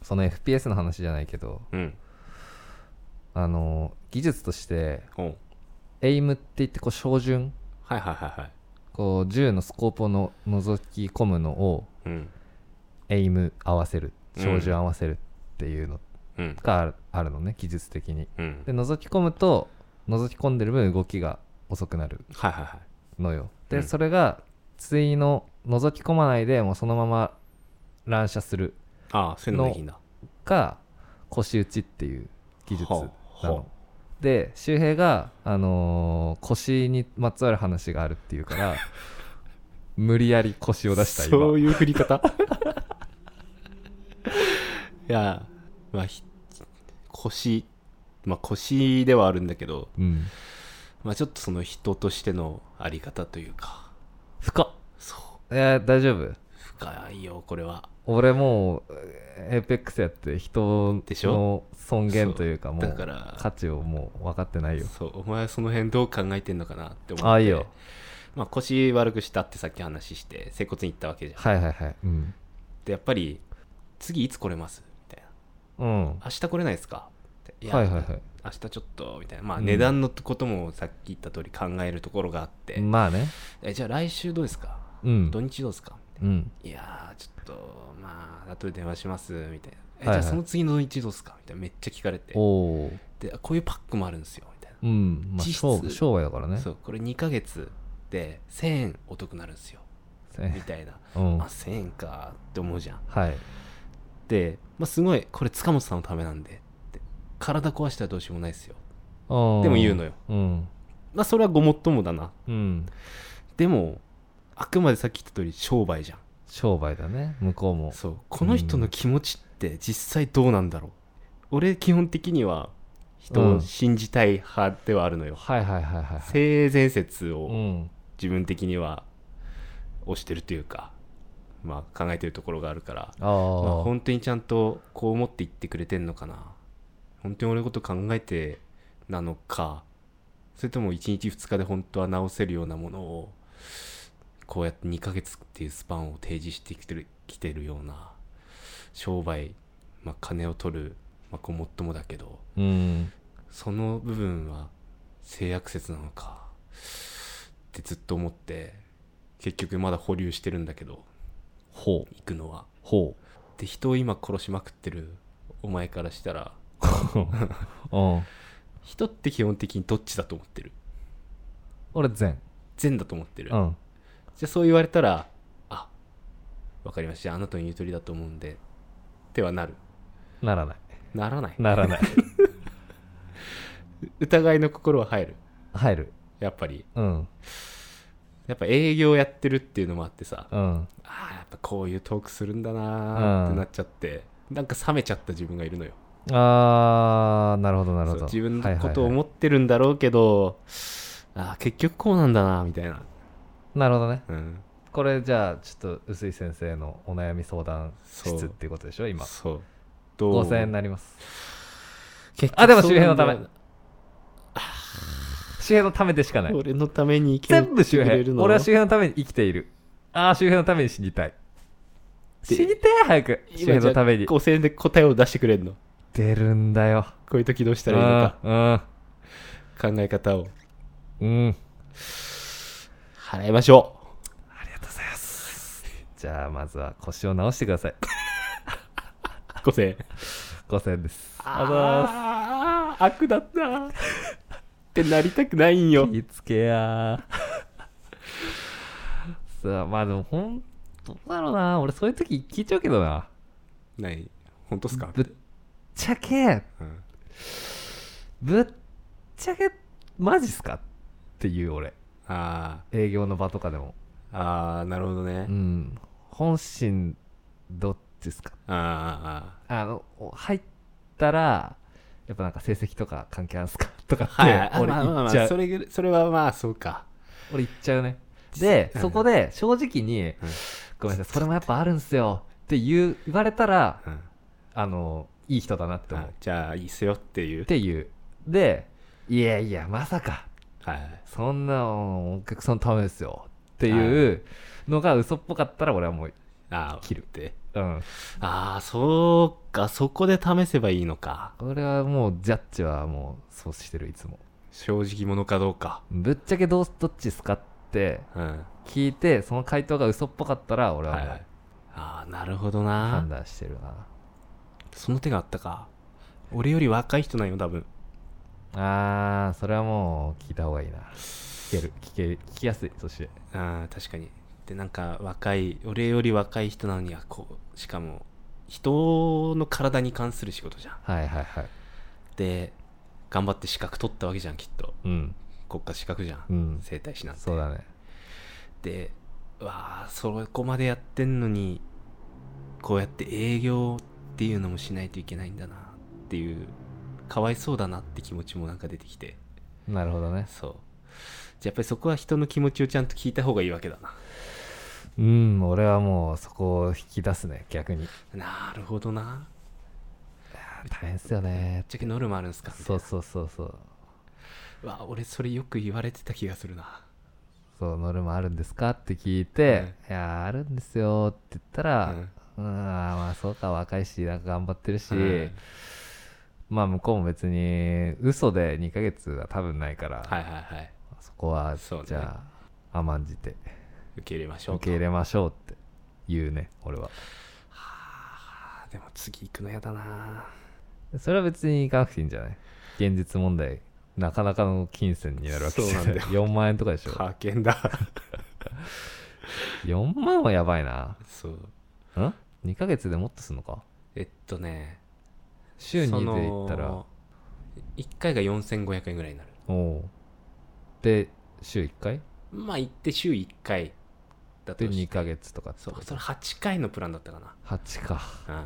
Speaker 2: その FPS の話じゃないけど
Speaker 1: うん
Speaker 2: あのー技術として
Speaker 1: おう
Speaker 2: エイムって言ってこう照準
Speaker 1: はいはいはいはい
Speaker 2: こう銃のスコープをの覗き込むのを
Speaker 1: うん
Speaker 2: エイム合わせる
Speaker 1: うん
Speaker 2: 照準合わせるっていうの
Speaker 1: うん
Speaker 2: がある,、あるのね技術的に
Speaker 1: うん
Speaker 2: で覗き込むと覗き込んでる分動きが遅くなる
Speaker 1: はいはいはい
Speaker 2: のよで、
Speaker 1: うん
Speaker 2: それが対の覗き込まないでもうそのまま乱射する
Speaker 1: ああそういうのもできんだ
Speaker 2: か腰打ちっていう技術な
Speaker 1: はあは
Speaker 2: ので周平が、あのー腰にまつわる話があるっていうから
Speaker 1: *laughs*
Speaker 2: 無理やり腰を出した
Speaker 1: そ
Speaker 2: 今
Speaker 1: ういう振り *laughs* 方いやまあひ腰まあ腰ではあるんだけど
Speaker 2: うん
Speaker 1: まあちょっとその人としてのあり方というか
Speaker 2: 深っ
Speaker 1: そう
Speaker 2: いや大丈夫
Speaker 1: 深いよこれは
Speaker 2: 俺もうエーペックスやって人
Speaker 1: でし
Speaker 2: の
Speaker 1: ょ
Speaker 2: 尊厳というかも
Speaker 1: だ
Speaker 2: う
Speaker 1: から
Speaker 2: 価値をもう分かってないよ
Speaker 1: そうお前はその辺どう考えてんのかなって思って
Speaker 2: ああいいよ
Speaker 1: まあ、腰悪くしたってさっき話して接骨院行ったわけじゃん
Speaker 2: はいはいはいうん、
Speaker 1: でやっぱり次いつ来れますみたいな
Speaker 2: うん、
Speaker 1: 明日来れないですかっていや、
Speaker 2: はいはいはい
Speaker 1: 明日ちょっとみたいなまあ
Speaker 2: うん
Speaker 1: 値段のこともさっき言った通り考えるところがあって、
Speaker 2: まあね
Speaker 1: えじゃあ来週どうですか
Speaker 2: うん
Speaker 1: 土日どうですか
Speaker 2: うん
Speaker 1: いやーちょっとまあ後で電話しますみたいなえじ
Speaker 2: はい
Speaker 1: ゃ
Speaker 2: はい
Speaker 1: あその次の土日どうですかみたいなめっちゃ聞かれて
Speaker 2: おおー
Speaker 1: であこういうパックもあるんですよみたい
Speaker 2: うんまあ
Speaker 1: 実質
Speaker 2: 商商売だから
Speaker 1: な、
Speaker 2: ね
Speaker 1: そうこれ2ヶ月で1000円お得になるんですよみ
Speaker 2: え
Speaker 1: たいな
Speaker 2: うん
Speaker 1: あ
Speaker 2: は
Speaker 1: 1000円かって思うじゃん
Speaker 2: い
Speaker 1: で、まあ、すごいこれ塚本さんのためなんでって体壊したらどうしようもないですよ
Speaker 2: でも
Speaker 1: でも言うのよ
Speaker 2: うん
Speaker 1: まあそれはごもっともだな
Speaker 2: うん
Speaker 1: でもあくまでさっき言った通り商売じゃん
Speaker 2: 商売だね向こうも
Speaker 1: そうこの人の気持ちって実際どうなんだろう、俺基本的には人を信じたい派ではあるのよ、
Speaker 2: はいはいはいはいはい
Speaker 1: 性善説
Speaker 2: う
Speaker 1: を
Speaker 2: ん
Speaker 1: 自分的には推してるというか、まあ考えてるところがあるから
Speaker 2: あ
Speaker 1: まあ、
Speaker 2: あ
Speaker 1: 本当にちゃんとこう思って言ってくれてんのかな本当に俺のこと考えてなのかそれとも1日2日で本当は直せるようなものをこうやって2ヶ月っていうスパンを提示してきてるきてるような商売、まあ、金を取る、まあ、ごもっともだけど
Speaker 2: うん *laughs*
Speaker 1: その部分は性悪説なのかってずっと思って結局まだ保留してるんだけど
Speaker 2: ほう
Speaker 1: 行くのは。
Speaker 2: ほ
Speaker 1: で人を今殺しまくってるお前からしたら
Speaker 2: ううん
Speaker 1: 人って基本的にどっちだと思ってる
Speaker 2: 俺善
Speaker 1: 善だと思ってる、
Speaker 2: うん
Speaker 1: じゃあそう言われたらあわかりましたあなたの言う通りだと思うんでってはなる
Speaker 2: ならない
Speaker 1: ならない
Speaker 2: ならない
Speaker 1: 疑いの心は入る
Speaker 2: 入る
Speaker 1: やっぱり
Speaker 2: うん
Speaker 1: やっぱ営業やってるっていうのもあってさ、
Speaker 2: うん
Speaker 1: ああやっぱこういうトークするんだなーっ
Speaker 2: うん
Speaker 1: てなっちゃって、なんか冷めちゃった自分がいるのよ
Speaker 2: ああなるほどなる
Speaker 1: そ
Speaker 2: ほ
Speaker 1: う
Speaker 2: ど
Speaker 1: 自分
Speaker 2: は
Speaker 1: の
Speaker 2: いはい
Speaker 1: こ
Speaker 2: はい
Speaker 1: とを思ってるんだろうけど、ああ結局こうなんだなーみたいな、
Speaker 2: なるほどね
Speaker 1: うん、
Speaker 2: これじゃあちょっと臼井先生のお悩み相談室っていうことでしょ今
Speaker 1: そうどう
Speaker 2: 5000円になります
Speaker 1: 結局
Speaker 2: あでも
Speaker 1: そう
Speaker 2: 周平のため
Speaker 1: なんだよ
Speaker 2: 周平のためでしかない
Speaker 1: 俺のために生きて
Speaker 2: 全部周
Speaker 1: くれ
Speaker 2: 平
Speaker 1: るの
Speaker 2: 俺は周平のために生きているああ周平のために死にたい
Speaker 1: で
Speaker 2: 死にてえ早く周平のために
Speaker 1: 5000円で答えを出してくれるのこ
Speaker 2: 出るんだよ
Speaker 1: ういう時どうしたらいいのか
Speaker 2: うん
Speaker 1: 考え方を
Speaker 2: うんうん
Speaker 1: 払いましょ
Speaker 2: ありがとうございますじゃあまずは腰を直してくださいう
Speaker 1: 5000円
Speaker 2: 5000円です
Speaker 1: ああ悪だったーってなりたくないんよ
Speaker 2: 気つけやー *laughs* さあまあでもほんどうだろうな俺そういう時聞いちゃうけどな
Speaker 1: ない本当っすか
Speaker 2: ぶっちゃけ
Speaker 1: うん
Speaker 2: ぶっちゃけマジっすかっていう俺
Speaker 1: あ
Speaker 2: 営業の場とかでも
Speaker 1: ーあーなるほどね、
Speaker 2: うん本心どっちっすか
Speaker 1: あーあ
Speaker 2: あのお入ったらやっぱなんか成績とか関係あるんすかとかっ
Speaker 1: ーあーはい、
Speaker 2: て俺
Speaker 1: まあまあま
Speaker 2: 言
Speaker 1: あ
Speaker 2: っちゃう
Speaker 1: それぐらいそれはまあそうか
Speaker 2: 俺言っちゃうねで
Speaker 1: うん
Speaker 2: そこで正直に「ごめんなさいそれもやっぱあるんすよ」って言う言われたら
Speaker 1: うん
Speaker 2: あのいい人だなって思う
Speaker 1: あじゃあいいっすよっていう
Speaker 2: っていうで「いやいやまさか
Speaker 1: はい
Speaker 2: そんなお客さんのためですよ」っていうのが嘘っぽかったら俺はもう
Speaker 1: あー
Speaker 2: 切る
Speaker 1: って
Speaker 2: うん
Speaker 1: ああそうかそこで試せばいいのか
Speaker 2: 俺はもうジャッジはもうそうしてるいつも
Speaker 1: 正直者かどうか
Speaker 2: ぶっちゃけどうどっちですかって
Speaker 1: うん
Speaker 2: 聞いてその回答が嘘っぽかったら俺は
Speaker 1: は
Speaker 2: も
Speaker 1: いうはいああなるほど
Speaker 2: 判
Speaker 1: な
Speaker 2: 断してるな
Speaker 1: その手があったか俺より若い人なんよ多分
Speaker 2: あーそれはもう聞いた方がいいな聞ける聞け聞きやすいそして
Speaker 1: あー確かにでなんか若い俺より若い人なのにはこうしかも人の体に関する仕事じゃん
Speaker 2: はいはいはい
Speaker 1: で頑張って資格取ったわけじゃんきっと
Speaker 2: うん
Speaker 1: 国家資格じゃん、
Speaker 2: うん
Speaker 1: 整体師なんて
Speaker 2: そうだね
Speaker 1: でうわあそこまでやってんのにこうやって営業っていうのもしないといけないんだなっていうかわいそうだなって気持ちもなんか出てきて
Speaker 2: なるほどね
Speaker 1: そうじゃあやっぱりそこは人の気持ちをちゃんと聞いた方がいいわけだな
Speaker 2: うん俺はもうそこを引き出すね逆に
Speaker 1: なるほどな
Speaker 2: あー大変っすよね
Speaker 1: ぶっちゃけノルマあるんすかみた
Speaker 2: そ
Speaker 1: いうな
Speaker 2: そうそうそう
Speaker 1: うわ俺それよく言われてた気がするな
Speaker 2: そうノルマあるんですかって聞いて、いやーあるんですよって言ったら、うん、んあーまあそうか若いしなんか頑張ってるし、
Speaker 1: うん
Speaker 2: まあ向こうも別に嘘で2ヶ月は多分ないから、
Speaker 1: はいはいはい
Speaker 2: そこは
Speaker 1: そうね
Speaker 2: じゃあ甘んじて
Speaker 1: 受け入れましょう
Speaker 2: 受
Speaker 1: と
Speaker 2: け入れましょうって言うね俺は
Speaker 1: はあでも次行くのやだな
Speaker 2: それは別に行かなくていいんじゃない現実問題なかなかの金銭になるわけじゃ
Speaker 1: そうなんだよ
Speaker 2: 4万円とかでしょ
Speaker 1: 派遣だ
Speaker 2: 4万はやばいな
Speaker 1: そうん
Speaker 2: ?2 ヶ月でもっとすんのか
Speaker 1: えっとね
Speaker 2: 週
Speaker 1: そ
Speaker 2: 2
Speaker 1: の
Speaker 2: で行ったら
Speaker 1: 1回が4500円ぐらいになる
Speaker 2: おおうで週1回
Speaker 1: まあ行って週1回だと
Speaker 2: で
Speaker 1: して
Speaker 2: 2ヶ月とかって
Speaker 1: そ
Speaker 2: こ
Speaker 1: う
Speaker 2: と
Speaker 1: それ8回のプランだったかな
Speaker 2: 8か
Speaker 1: うん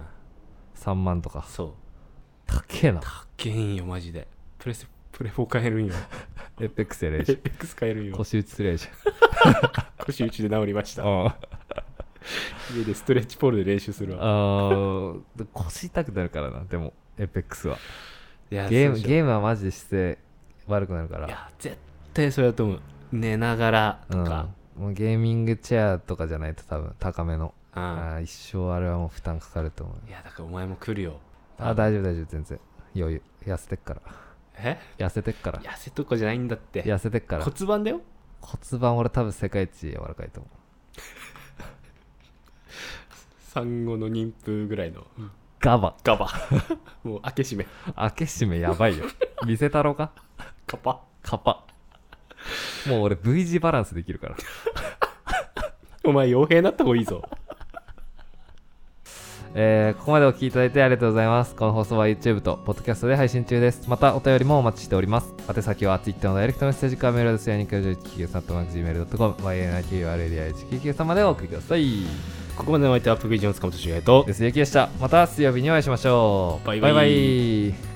Speaker 2: 3万とか
Speaker 1: そう
Speaker 2: 高えな
Speaker 1: 高えんよマジでプレスプレフォ買えるんよ
Speaker 2: エペックスやれ
Speaker 1: エ
Speaker 2: や
Speaker 1: *laughs*
Speaker 2: し
Speaker 1: ッペックス買 *laughs* えるんよ
Speaker 2: 腰打ちすりゃいいじ
Speaker 1: 腰打ちで治りまし
Speaker 2: ゃ
Speaker 1: *laughs* た
Speaker 2: んうん
Speaker 1: 家でストレッチポールで練習するわ
Speaker 2: あーで腰痛くなるからなでもエペックスはい
Speaker 1: や
Speaker 2: ゲーム
Speaker 1: そうでしょ
Speaker 2: ゲームはマジで姿勢悪くなるか
Speaker 1: い
Speaker 2: ら
Speaker 1: や絶対そうやと思う寝ながらとか、
Speaker 2: うん、もうゲーミングチェアとかじゃないと多分高めの、
Speaker 1: うん
Speaker 2: あー一生あれはもう負担かかると思う
Speaker 1: いやだからお前も来るよ
Speaker 2: あー大丈夫大丈夫全然余裕痩せてっから
Speaker 1: え
Speaker 2: 痩せてっから
Speaker 1: 痩せとかじゃないんだって
Speaker 2: 痩せてっから
Speaker 1: 骨盤だよ
Speaker 2: 骨盤俺多分世界一柔らかいと思う
Speaker 1: 産後の妊婦ぐらいの
Speaker 2: ガバ
Speaker 1: ガ *laughs* バもう開け閉め
Speaker 2: 開け閉めやばいよ見せたろうか
Speaker 1: カパ
Speaker 2: カパもう俺 V 字バランスできるから
Speaker 1: お前傭兵になった方がいいぞ
Speaker 2: えーここまでお聞きいただいてありがとうございます。この放送は YouTube と Podcast で配信中です。またお便りもお待ちしております。宛先は Twitter のダイレクトメッセージかメールですや 29193.gmail.com、yniqr11993 までお送りください。
Speaker 1: ここまでのお相手はプグイジの塚本修平と
Speaker 2: ですゆきでした。また水曜日にお会いしましょう。
Speaker 1: バイバイ
Speaker 2: バイバイ